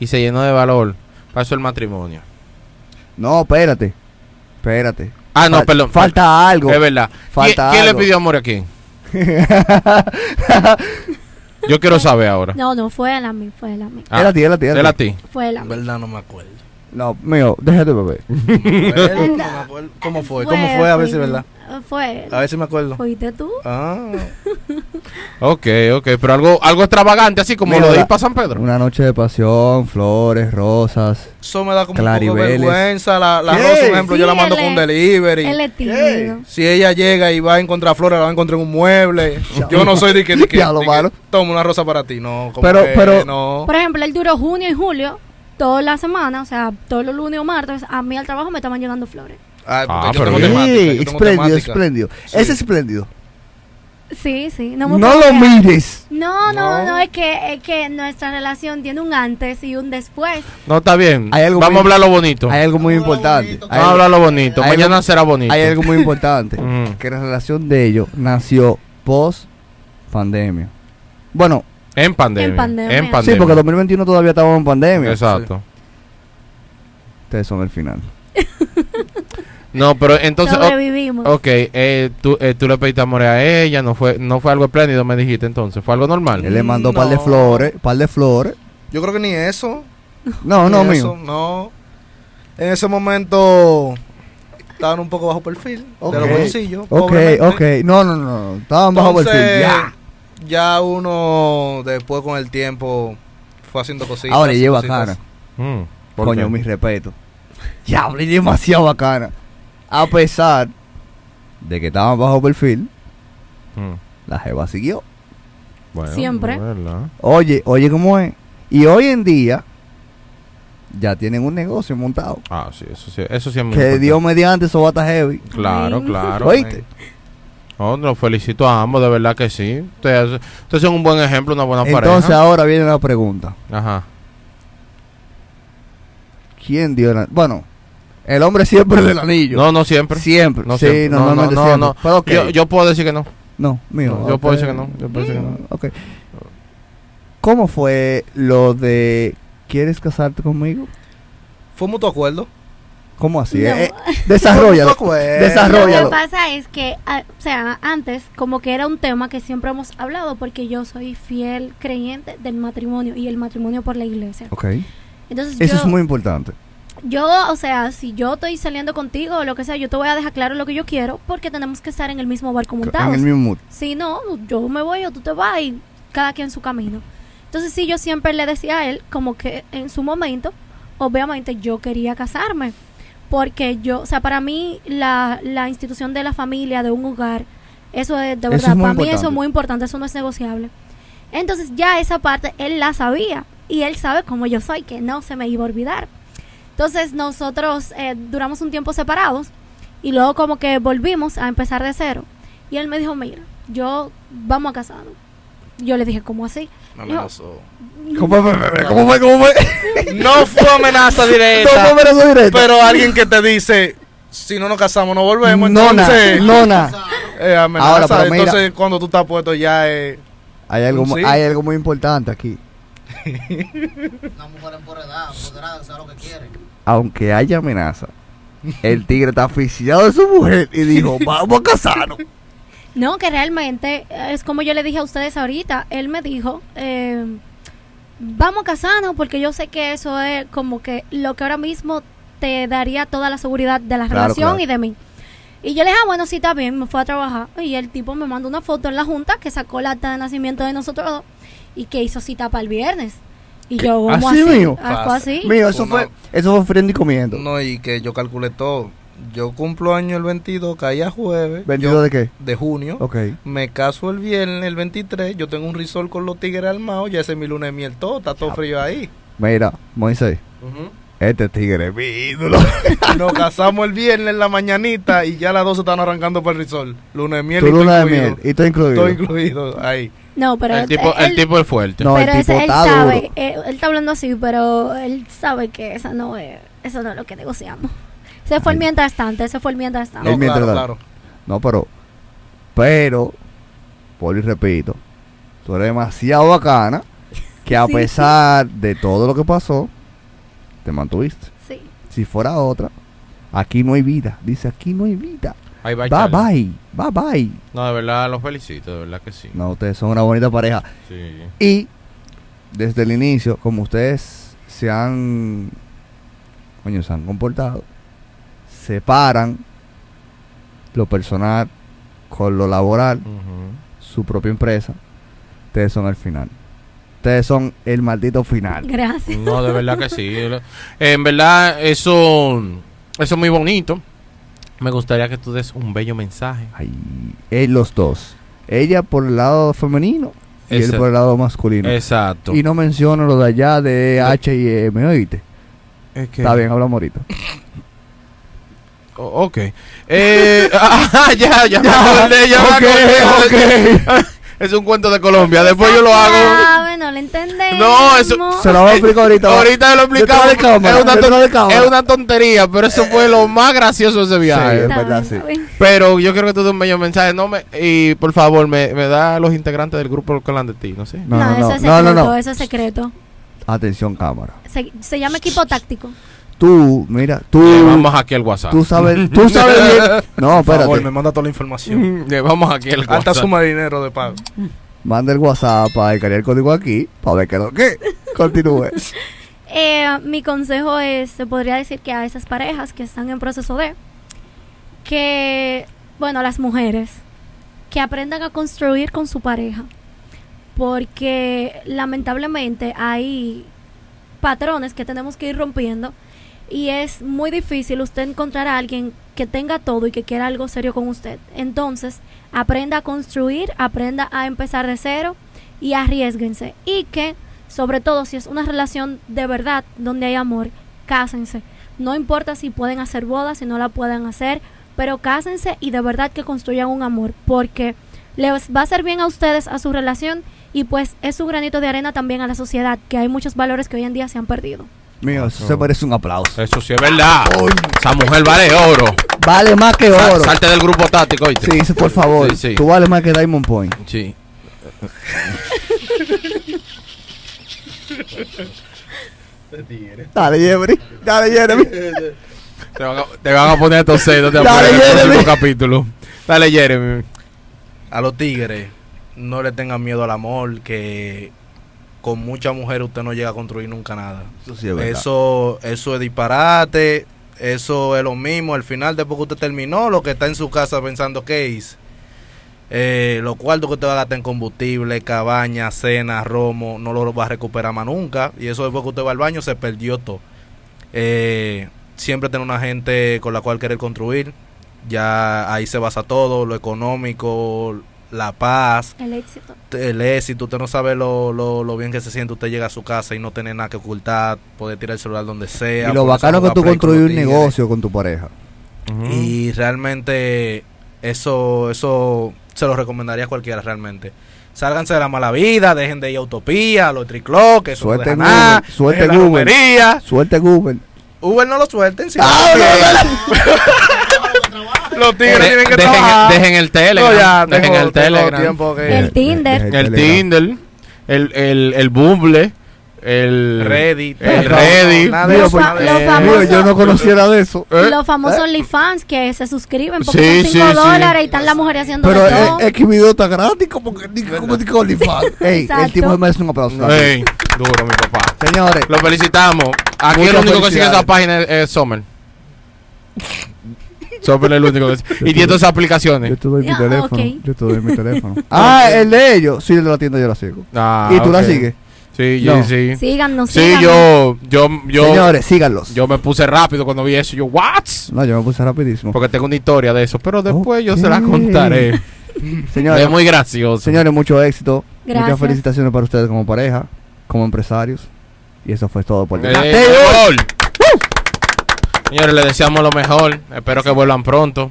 Speaker 1: y se llenó de valor para eso el matrimonio?
Speaker 2: No, espérate. Espérate.
Speaker 1: Ah, no,
Speaker 2: Fal-
Speaker 1: perdón. Eh,
Speaker 2: Falta algo.
Speaker 1: Es verdad.
Speaker 2: Falta
Speaker 1: ¿Qui- ¿Quién
Speaker 2: algo.
Speaker 1: le pidió amor a quién? Yo quiero saber ahora.
Speaker 3: No, no, fue él a mí, fue él a mí.
Speaker 1: Ah,
Speaker 2: Era a ti, era a ti, era a
Speaker 1: Él a
Speaker 2: ti.
Speaker 1: ti.
Speaker 3: Fue él a
Speaker 4: En
Speaker 3: mí.
Speaker 4: verdad no me acuerdo.
Speaker 2: No, mío, déjate beber.
Speaker 4: Bueno, no me acuerdo. ¿Cómo fue? ¿Cómo fue? A ver si,
Speaker 3: él,
Speaker 4: ¿verdad?
Speaker 3: Fue él.
Speaker 4: A ver si me acuerdo.
Speaker 3: ¿Fuiste tú?
Speaker 4: Ah,
Speaker 1: Ok, ok. Pero algo, algo extravagante, así como
Speaker 2: Mira,
Speaker 1: lo de
Speaker 2: la-
Speaker 1: ir para San Pedro.
Speaker 2: Una noche de pasión, flores, rosas.
Speaker 4: eso me da como un poco de
Speaker 2: Claribeles.
Speaker 4: vergüenza. La, la
Speaker 2: ¿Qué?
Speaker 4: Rosa, por ejemplo,
Speaker 3: Sí,
Speaker 4: yo la mando
Speaker 3: él
Speaker 4: con un
Speaker 3: es-
Speaker 4: delivery.
Speaker 3: Él es tímido.
Speaker 4: Si ella llega y va a encontrar flores, la va a encontrar en un mueble. Yo no soy de que, de que,
Speaker 2: Ya lo
Speaker 4: de que,
Speaker 2: malo.
Speaker 4: toma una rosa para ti. No, como
Speaker 2: Pero-
Speaker 4: que
Speaker 2: pero-
Speaker 4: no.
Speaker 3: Por ejemplo, él duró junio y julio, toda la semana, o sea, todos los lunes o martes, a mí al trabajo me estaban llegando flores.
Speaker 4: Ay, porque
Speaker 1: Ah,
Speaker 4: yo
Speaker 1: pero
Speaker 4: tengo
Speaker 1: bien.
Speaker 4: temática, yo
Speaker 2: Sí,
Speaker 4: tengo
Speaker 2: espléndido,
Speaker 4: temática.
Speaker 2: espléndido.
Speaker 4: Sí.
Speaker 2: Es espléndido.
Speaker 3: Sí, sí. No,
Speaker 2: No
Speaker 3: me
Speaker 2: lo
Speaker 3: puedo creer.
Speaker 2: mires.
Speaker 3: No, no,
Speaker 4: No.
Speaker 3: no, es que es que nuestra relación tiene un antes y un después.
Speaker 1: No, está bien.
Speaker 2: Hay algo
Speaker 1: Vamos
Speaker 2: muy-
Speaker 1: a hablar lo bonito.
Speaker 2: Hay algo muy importante.
Speaker 1: Vamos
Speaker 2: Hay
Speaker 1: a
Speaker 2: algo-
Speaker 1: hablar lo bonito.
Speaker 2: hay algo-
Speaker 1: Mañana será bonito.
Speaker 2: Hay algo muy importante.
Speaker 1: Mm.
Speaker 2: que la relación de ellos nació post pandemia. Bueno,
Speaker 1: En pandemia.
Speaker 3: En pandemia.
Speaker 1: En
Speaker 2: sí, porque 2021 todavía estábamos en pandemia.
Speaker 1: Exacto.
Speaker 2: Ustedes son el final.
Speaker 1: No, pero entonces. o-
Speaker 3: Sobrevivimos.
Speaker 1: Ok, eh, tú, eh, tú le pediste amor a ella, no fue no fue algo espléndido, me dijiste entonces, fue algo normal.
Speaker 2: Él le mandó
Speaker 4: Mm, No.
Speaker 2: par de flores, par de flores.
Speaker 4: Yo creo que ni eso.
Speaker 2: No, Ah, no,
Speaker 4: ni eso,
Speaker 2: mío.
Speaker 4: No. En ese momento estaban un poco bajo perfil. De
Speaker 2: Ok.
Speaker 4: los bolsillos.
Speaker 2: Ok,
Speaker 4: pobremente.
Speaker 2: ok. No, no, no. no. Estaban bajo el
Speaker 4: Entonces,
Speaker 2: perfil. Ya.
Speaker 4: ya uno después con el tiempo fue haciendo cositas.
Speaker 2: Ahora lleva
Speaker 4: cositas.
Speaker 2: cara.
Speaker 1: Mm, ¿por
Speaker 2: Coño,
Speaker 1: qué?
Speaker 2: mis respetos. Ya hablé demasiado bacana. A pesar de que estaban bajo perfil,
Speaker 1: Mm,
Speaker 2: la jeva siguió.
Speaker 1: bueno,
Speaker 3: Siempre.
Speaker 1: ¿verdad?
Speaker 2: Oye, oye, ¿cómo es? Y hoy en día ya tienen un negocio montado.
Speaker 1: Ah, sí, eso sí, eso sí es muy
Speaker 2: Que
Speaker 1: importante.
Speaker 2: Dios mediante eso va a estar heavy.
Speaker 1: Claro,
Speaker 3: Ay.
Speaker 1: claro.
Speaker 2: Oye.
Speaker 4: Amén.
Speaker 1: No, los felicito a ambos, de verdad que sí. Ustedes, ustedes son un buen ejemplo, una buena
Speaker 2: Entonces
Speaker 1: pareja.
Speaker 2: ahora viene la pregunta.
Speaker 1: Ajá.
Speaker 2: ¿Quién dio el anillo? Bueno, el hombre siempre del anillo.
Speaker 1: No, no siempre.
Speaker 2: siempre.
Speaker 1: No
Speaker 2: sí,
Speaker 1: siempre. No,
Speaker 2: normalmente
Speaker 1: no, no,
Speaker 2: siempre.
Speaker 1: no.
Speaker 2: Pero ok.
Speaker 1: Yo, yo puedo decir que no.
Speaker 2: no, mío.
Speaker 1: No, yo puedo
Speaker 2: ok.
Speaker 1: decir que no, yo puedo decir que no.
Speaker 2: Ok. ¿Cómo fue lo de ¿Quieres casarte conmigo?
Speaker 4: Fue mutuo acuerdo.
Speaker 2: ¿Cómo así?
Speaker 3: No.
Speaker 2: Eh, eh, desarrollalo.
Speaker 4: Fue mutuo acuerdo.
Speaker 3: Lo que
Speaker 2: desarrollalo.
Speaker 3: pasa es que, a- o sea, antes como que era un tema que siempre hemos hablado porque yo soy fiel creyente del matrimonio y el matrimonio por la iglesia.
Speaker 2: Ok.
Speaker 3: Entonces
Speaker 2: Eso
Speaker 3: yo,
Speaker 2: es muy importante.
Speaker 3: yo, o sea, si yo estoy saliendo contigo o lo que sea, yo te voy a dejar claro lo que yo quiero porque tenemos que estar en el mismo barco montados.
Speaker 2: En el mismo mood.
Speaker 3: Si no, yo me voy o tú te vas y cada quien su camino. Entonces sí, yo siempre le decía a él como que en su momento, obviamente yo quería casarme. Porque yo, o sea, para mí la, la institución de la familia, de un hogar, eso es de
Speaker 2: Eso
Speaker 3: verdad,
Speaker 2: es muy
Speaker 3: para mí eso es
Speaker 2: importante.
Speaker 3: muy importante, eso no es negociable. Entonces ya esa parte él la sabía y él sabe cómo yo soy, que no se me iba a olvidar. Entonces nosotros eh, duramos un tiempo separados y luego como que volvimos a empezar de cero. Y él me dijo, mira, yo vamos a casarnos. Yo le dije, ¿cómo así?
Speaker 4: Amenazó.
Speaker 2: ¿Cómo fue? ¿Cómo fue? ¿Cómo fue?
Speaker 4: No fue amenaza
Speaker 2: No,
Speaker 4: directa.
Speaker 2: fue eso directo.
Speaker 4: pero alguien que te dice, si no nos casamos, no volvemos.
Speaker 2: Nona,
Speaker 4: entonces,
Speaker 2: nona.
Speaker 4: eh, amenaza.
Speaker 2: Ahora, pero mira.
Speaker 4: entonces, cuando tú estás puesto ya es...
Speaker 2: Hay algo, mu-
Speaker 4: Mm, Sí.
Speaker 2: hay algo muy importante aquí.
Speaker 5: Una mujer empoderada, empoderada, sabe lo que quiere.
Speaker 2: Aunque haya amenaza, el tigre está asfixiado de su mujer y dijo, vamos a casarnos.
Speaker 3: No, que realmente eh, es como yo le dije a ustedes ahorita. Él me dijo, eh, vamos a casarnos porque yo sé que eso es como que lo que ahora mismo te daría toda la seguridad de la
Speaker 2: Claro,
Speaker 3: relación
Speaker 2: claro.
Speaker 3: y de mí. Y yo le dije, ah, bueno, sí, está bien, me fue a trabajar. Y el tipo me mandó una foto en la junta que sacó la acta de nacimiento de nosotros dos y que hizo cita para el viernes. Y yo, ¿cómo
Speaker 2: ¿Así,
Speaker 3: así?
Speaker 2: mijo?
Speaker 3: Ah, fue así.
Speaker 2: Mío, eso
Speaker 4: Una-
Speaker 2: fue, eso fue friendo y comiendo.
Speaker 4: No, y que yo calculé todo. Yo cumplo año el 22, caía jueves.
Speaker 2: ¿22
Speaker 4: yo-
Speaker 2: de qué?
Speaker 4: de junio.
Speaker 2: Ok.
Speaker 4: Me caso el viernes, el 23. Yo tengo un risol con los tigres armados. Ya ese es mi lunes de miel todo. Está todo frío ahí.
Speaker 2: Mira, Moisés, este tigre es mi ídolo.
Speaker 4: Nos casamos el viernes en la mañanita y ya a las 12 están arrancando para el risol. Lunes de miel
Speaker 2: tu
Speaker 4: y todo
Speaker 2: luna de
Speaker 4: incluido.
Speaker 2: miel. Y estoy incluido.
Speaker 4: Todo incluido ahí.
Speaker 3: No, pero
Speaker 1: el, tipo, el
Speaker 3: él-
Speaker 1: tipo es fuerte.
Speaker 2: No, el
Speaker 3: pero ese,
Speaker 2: tipo
Speaker 3: él
Speaker 2: está
Speaker 3: sabe,
Speaker 2: duro.
Speaker 3: eh, él, está hablando así, pero él sabe que esa no es, eso no es lo que negociamos. Se fue el
Speaker 2: Ay.
Speaker 3: mientras tanto, ese fue el mientras tanto.
Speaker 2: El
Speaker 4: No,
Speaker 2: mientras
Speaker 4: claro,
Speaker 2: tanto.
Speaker 4: claro.
Speaker 2: No, pero, pero, por y repito, tú eres demasiado bacana que a
Speaker 3: Sí.
Speaker 2: pesar de todo lo que pasó, te mantuviste.
Speaker 3: Sí.
Speaker 2: Si fuera otra, Aquí no hay vida. Dice, aquí no hay vida.
Speaker 1: Ahí va
Speaker 2: Bye
Speaker 1: Charlie.
Speaker 2: bye. Bye bye.
Speaker 1: No, de verdad los felicito, de verdad que sí.
Speaker 2: No, ustedes son una bonita pareja.
Speaker 1: Sí.
Speaker 2: Y desde el inicio, como ustedes se han. Coño, se han comportado. Separan lo personal con lo laboral,
Speaker 1: Ujú.
Speaker 2: su propia empresa. Ustedes son el final. Ustedes son el maldito final.
Speaker 3: Gracias.
Speaker 1: No, de verdad que sí. En verdad, eso, eso es muy bonito. Me gustaría que tú des un bello mensaje.
Speaker 2: Ay, eh, los dos. Ella por el lado femenino y él
Speaker 1: Exacto.
Speaker 2: por el lado masculino.
Speaker 1: Exacto.
Speaker 2: Y no menciono lo de allá de H y M, oíste.
Speaker 1: Es que-
Speaker 2: Está bien, hablamos ahorita.
Speaker 1: O- ok. Eh, ah, ya, ya, me acordé, ya me
Speaker 2: Ok,
Speaker 1: acordé.
Speaker 2: ok.
Speaker 1: Es un cuento de Colombia. Después yo lo hago.
Speaker 3: Ah, bueno, lo entendemos.
Speaker 1: No, eso-
Speaker 2: Se lo voy a explicar ahorita. va.
Speaker 1: Ahorita lo explicamos.
Speaker 2: Detrás de cámara,
Speaker 1: es, una
Speaker 2: detrás
Speaker 1: ton-
Speaker 2: de cámara.
Speaker 1: es una tontería, pero eso fue lo más gracioso de ese viaje.
Speaker 2: es
Speaker 3: Está
Speaker 2: verdad,
Speaker 3: bien,
Speaker 2: sí.
Speaker 3: está bien.
Speaker 1: Pero yo creo que tú des un bello mensaje. No me, y por favor, me, me da los integrantes del grupo clandestino, ¿sí?
Speaker 4: Mm.
Speaker 2: No,
Speaker 3: No,
Speaker 2: no,
Speaker 3: eso
Speaker 2: no,
Speaker 3: es
Speaker 2: no,
Speaker 3: secreto,
Speaker 2: no, no.
Speaker 3: eso es secreto.
Speaker 2: Atención, cámara.
Speaker 3: Se, se llama equipo táctico.
Speaker 2: Tú, mira, tú.
Speaker 1: Llevamos aquí el WhatsApp.
Speaker 2: Tú sabes, tú sabes bien. No,
Speaker 4: Por favor, me
Speaker 2: espérate.
Speaker 4: manda toda la información.
Speaker 1: Mm, Llevamos aquí el WhatsApp.
Speaker 4: Alta suma de dinero de pago.
Speaker 2: Manda el WhatsApp para descargar el código aquí, para ver qué es lo que. Continúe.
Speaker 3: Eh, mi consejo es, se podría decir que a esas parejas que están en proceso de, que, bueno, las mujeres, que aprendan a construir con su pareja, porque lamentablemente hay patrones que tenemos que ir rompiendo y es muy difícil usted encontrar a alguien que tenga todo y que quiera algo serio con usted. Entonces, aprenda a construir, aprenda a empezar de cero y arriesguense. Y que, sobre todo, si es una relación de verdad donde hay amor, cásense. No importa si pueden hacer bodas, si no la pueden hacer, pero cásense y de verdad que construyan un amor, porque les va a hacer bien a ustedes, a su relación, y pues es un granito de arena también a la sociedad, que hay muchos valores que hoy en día se han perdido.
Speaker 2: Mío, eso se merece un aplauso.
Speaker 1: Ah, Eso sí es verdad. Esa mujer vale oro.
Speaker 2: Vale más que oro.
Speaker 1: Salte del grupo táctico, ¿oíste?
Speaker 2: Sí, sí, por favor.
Speaker 1: Sí, sí.
Speaker 2: Tú vales más que Diamond Point.
Speaker 1: Sí.
Speaker 2: Dale, Jeremy. Dale, Jeremy.
Speaker 1: Te van a, te van a poner a toser, no te van a
Speaker 2: Dale,
Speaker 1: poner en el
Speaker 2: Jeremy.
Speaker 1: próximo capítulo. Dale, Jeremy.
Speaker 4: A los tigres, no le tengan miedo al amor, que con mucha mujer usted no llega a construir nunca nada.
Speaker 2: Eso sí es verdad.
Speaker 4: Eso, eso es disparate, eso es lo mismo. Al final, después que usted terminó, lo que está en su casa pensando qué hice. Eh, los cuartos que usted va a gastar en combustible, cabaña, cena, romo, no lo va a recuperar más nunca. Y eso después que usted va al baño, se perdió todo. Eh, siempre tener una gente con la cual querer construir. Ya ahí se basa todo, lo económico, la paz,
Speaker 3: El éxito.
Speaker 4: el éxito, usted no sabe lo, lo, lo bien que se siente, usted llega a su casa y no tener nada que ocultar, poder tirar el celular donde sea.
Speaker 2: Y lo
Speaker 4: ponerse a
Speaker 2: bacano que
Speaker 4: jugar
Speaker 2: tú
Speaker 4: play con
Speaker 2: construyes
Speaker 4: los
Speaker 2: un
Speaker 4: tigres.
Speaker 2: negocio con tu pareja.
Speaker 4: Y
Speaker 1: Mm.
Speaker 4: realmente eso, eso se lo recomendaría a cualquiera realmente. Sálganse de la mala vida, dejen de ir a utopía, a los triclos, que eso no
Speaker 2: Suelten
Speaker 4: deja nada,
Speaker 2: Uber, suelten
Speaker 4: dejen la
Speaker 2: Uber.
Speaker 4: romería.
Speaker 2: Suerte Google.
Speaker 4: Uber no lo suelten, si
Speaker 2: Ah,
Speaker 4: no,
Speaker 2: no,
Speaker 4: los tigres
Speaker 1: De-
Speaker 4: tienen que
Speaker 1: Eh, dejen,
Speaker 4: trabajar.
Speaker 1: dejen el Telegram.
Speaker 4: No, ya,
Speaker 1: dejen
Speaker 4: tengo-
Speaker 1: el
Speaker 4: tengo
Speaker 1: Telegram.
Speaker 4: tiempo que-
Speaker 2: eh,
Speaker 3: El Tinder.
Speaker 1: El, Tinder. El, el, el Bumble. El
Speaker 4: Reddit.
Speaker 1: El
Speaker 4: No, no,
Speaker 1: Reddit.
Speaker 4: nada de
Speaker 2: Los
Speaker 4: eso,
Speaker 3: fa-
Speaker 4: nada de
Speaker 3: los
Speaker 4: eso.
Speaker 3: famosos-
Speaker 2: Mío, yo no conociera de eso.
Speaker 1: ¿Eh?
Speaker 3: Los famosos
Speaker 2: ¿Eh?
Speaker 3: OnlyFans que se suscriben porque
Speaker 1: Sí,
Speaker 3: son
Speaker 1: sí, eh,
Speaker 3: 5
Speaker 1: sí.
Speaker 3: dólares y están las mujeres haciendo
Speaker 2: Pero
Speaker 3: de todo.
Speaker 2: es que mi video está gratis, como que ni- como ni con OnlyFans. Ey, el
Speaker 3: Exacto.
Speaker 2: tipo se merece un aplauso.
Speaker 1: Ey, duro, mi papá.
Speaker 2: Señores,
Speaker 1: Lo felicitamos. Aquí
Speaker 2: Muchas
Speaker 1: el único que sigue
Speaker 2: felicidades.
Speaker 1: esa página es, es Sommer. Sommer es el único que sigue. Y tiene todas esas aplicaciones.
Speaker 2: yo te doy mi
Speaker 3: Ah,
Speaker 2: teléfono.
Speaker 3: ok.
Speaker 2: Yo te doy mi teléfono. ah, el de ellos. Sí, el de la tienda yo la sigo.
Speaker 1: Ah,
Speaker 2: ¿Y tú la
Speaker 1: ok.
Speaker 2: sigues?
Speaker 1: Sí, yo-
Speaker 2: No.
Speaker 1: sí. Sí,
Speaker 3: Síganos, síganos.
Speaker 1: yo, yo, yo,
Speaker 2: Señores, síganlos.
Speaker 1: yo me puse rápido cuando vi eso. Yo, ¿what?
Speaker 2: no, yo me puse rapidísimo.
Speaker 1: Porque tengo una historia de eso. Pero después yo se la
Speaker 2: Ok.
Speaker 1: contaré.
Speaker 2: Señores,
Speaker 1: es muy gracioso.
Speaker 2: señores, mucho éxito. Muchas
Speaker 3: Gracias.
Speaker 2: felicitaciones para ustedes como pareja, como empresarios. Y eso fue todo por Ah,
Speaker 1: Eh,
Speaker 2: hoy.
Speaker 1: gol. Señores, les deseamos lo mejor. Espero que vuelvan pronto.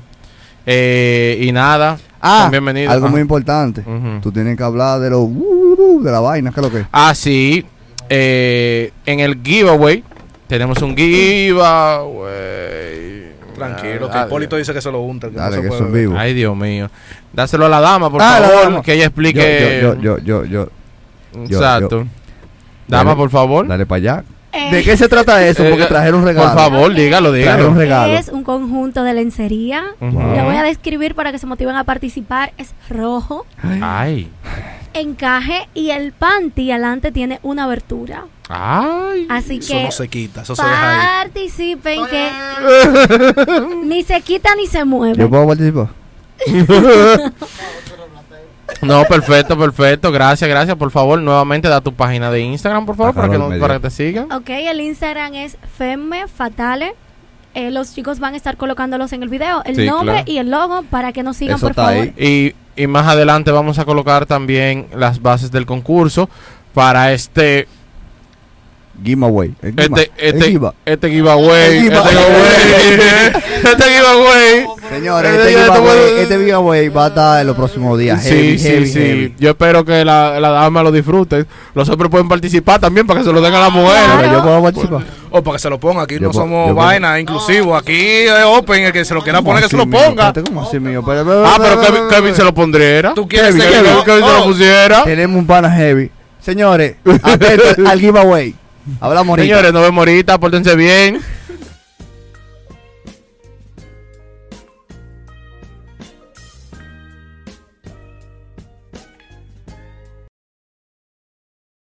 Speaker 1: Eh, y nada,
Speaker 2: Ah,
Speaker 1: son bienvenidos.
Speaker 2: algo
Speaker 1: Ah.
Speaker 2: muy importante.
Speaker 1: Ujú.
Speaker 2: Tú tienes que hablar de lo uh, de la vaina, ¿qué es lo que? es?
Speaker 1: Ah, sí. Eh, en el giveaway tenemos un giveaway.
Speaker 4: Tranquilo, que
Speaker 1: Ah,
Speaker 4: Hipólito dice que se lo unta. que no
Speaker 2: Dale,
Speaker 4: se
Speaker 2: que
Speaker 4: puede
Speaker 2: son
Speaker 4: ver.
Speaker 2: vivos.
Speaker 1: Ay, Dios mío. Dáselo a la dama, por
Speaker 2: Ah, la
Speaker 1: favor,
Speaker 2: dama.
Speaker 1: que ella explique.
Speaker 2: Yo, yo, yo, yo, yo, yo-
Speaker 1: Exacto.
Speaker 2: yo.
Speaker 1: Dama,
Speaker 2: Dale.
Speaker 1: por favor.
Speaker 2: Dale para allá.
Speaker 3: Eh,
Speaker 2: ¿De qué se trata eso? Porque
Speaker 1: Eh,
Speaker 2: trajeron regalo.
Speaker 1: Por favor, dígalo,
Speaker 2: Trajeron
Speaker 1: dígalo.
Speaker 2: regalo.
Speaker 3: Es un conjunto de lencería.
Speaker 1: Ujú.
Speaker 3: Lo voy a describir para que se motiven a participar. Es rojo,
Speaker 1: Ay.
Speaker 3: encaje y el panty adelante tiene una abertura.
Speaker 1: Ay.
Speaker 3: Así
Speaker 4: Eso
Speaker 3: que
Speaker 4: no se quita, eso se deja ahí.
Speaker 3: participen que ni se quita ni se
Speaker 2: ¿Yo
Speaker 3: mueve.
Speaker 2: puedo participar?
Speaker 1: No, perfecto, perfecto. Gracias, gracias. Por favor, nuevamente da tu página de Instagram, por favor,
Speaker 2: Acá
Speaker 1: para que,
Speaker 2: lo
Speaker 1: no-
Speaker 2: medio.
Speaker 1: para que te sigan.
Speaker 3: Ok, el Instagram es Femme Fatale. Eh, los chicos van a estar colocándolos en el video, el
Speaker 1: Sí,
Speaker 3: nombre
Speaker 1: claro.
Speaker 3: y el logo para que nos sigan,
Speaker 2: Eso
Speaker 3: por
Speaker 2: está
Speaker 3: favor.
Speaker 2: ahí.
Speaker 1: Y, y más adelante vamos a colocar también las bases del concurso para este
Speaker 2: Giveaway. El giveaway.
Speaker 1: este
Speaker 2: El
Speaker 1: este
Speaker 2: giveaway.
Speaker 1: este giveaway,
Speaker 2: El
Speaker 1: este
Speaker 2: giveaway.
Speaker 1: giveaway, este giveaway.
Speaker 2: Señores,
Speaker 1: Eh,
Speaker 2: este
Speaker 1: ya estamos-
Speaker 2: giveaway, este giveaway va a estar en los próximos días.
Speaker 1: sí,
Speaker 2: Heavy,
Speaker 1: sí,
Speaker 2: heavy,
Speaker 1: sí.
Speaker 2: heavy.
Speaker 1: Yo espero que la, la dama lo disfrute. Los hombres pueden participar también para que se lo den a la mujer.
Speaker 2: Pero yo
Speaker 3: Claro.
Speaker 2: puedo participar.
Speaker 4: O para que Oh, se lo ponga, aquí
Speaker 2: Yo
Speaker 4: no
Speaker 2: po-
Speaker 4: somos
Speaker 2: yo po-
Speaker 4: vaina, inclusivo. Aquí es open, el que se lo quiera poner, que se lo
Speaker 2: ¿Cómo así, mío?
Speaker 4: ponga.
Speaker 2: Espérate, ¿Cómo así, mío?
Speaker 1: Ah, pero Kevin, Kevin se lo pondría.
Speaker 4: ¿Tú quieres
Speaker 1: Kevin,
Speaker 4: ser
Speaker 1: Kevin,
Speaker 4: yo?
Speaker 1: Kevin se lo
Speaker 4: Oh.
Speaker 1: pusiera.
Speaker 2: Tenemos un pana heavy. Señores, atento al giveaway. Hablamos ahorita.
Speaker 1: Señores, nos vemos ahorita. Pórtense bien.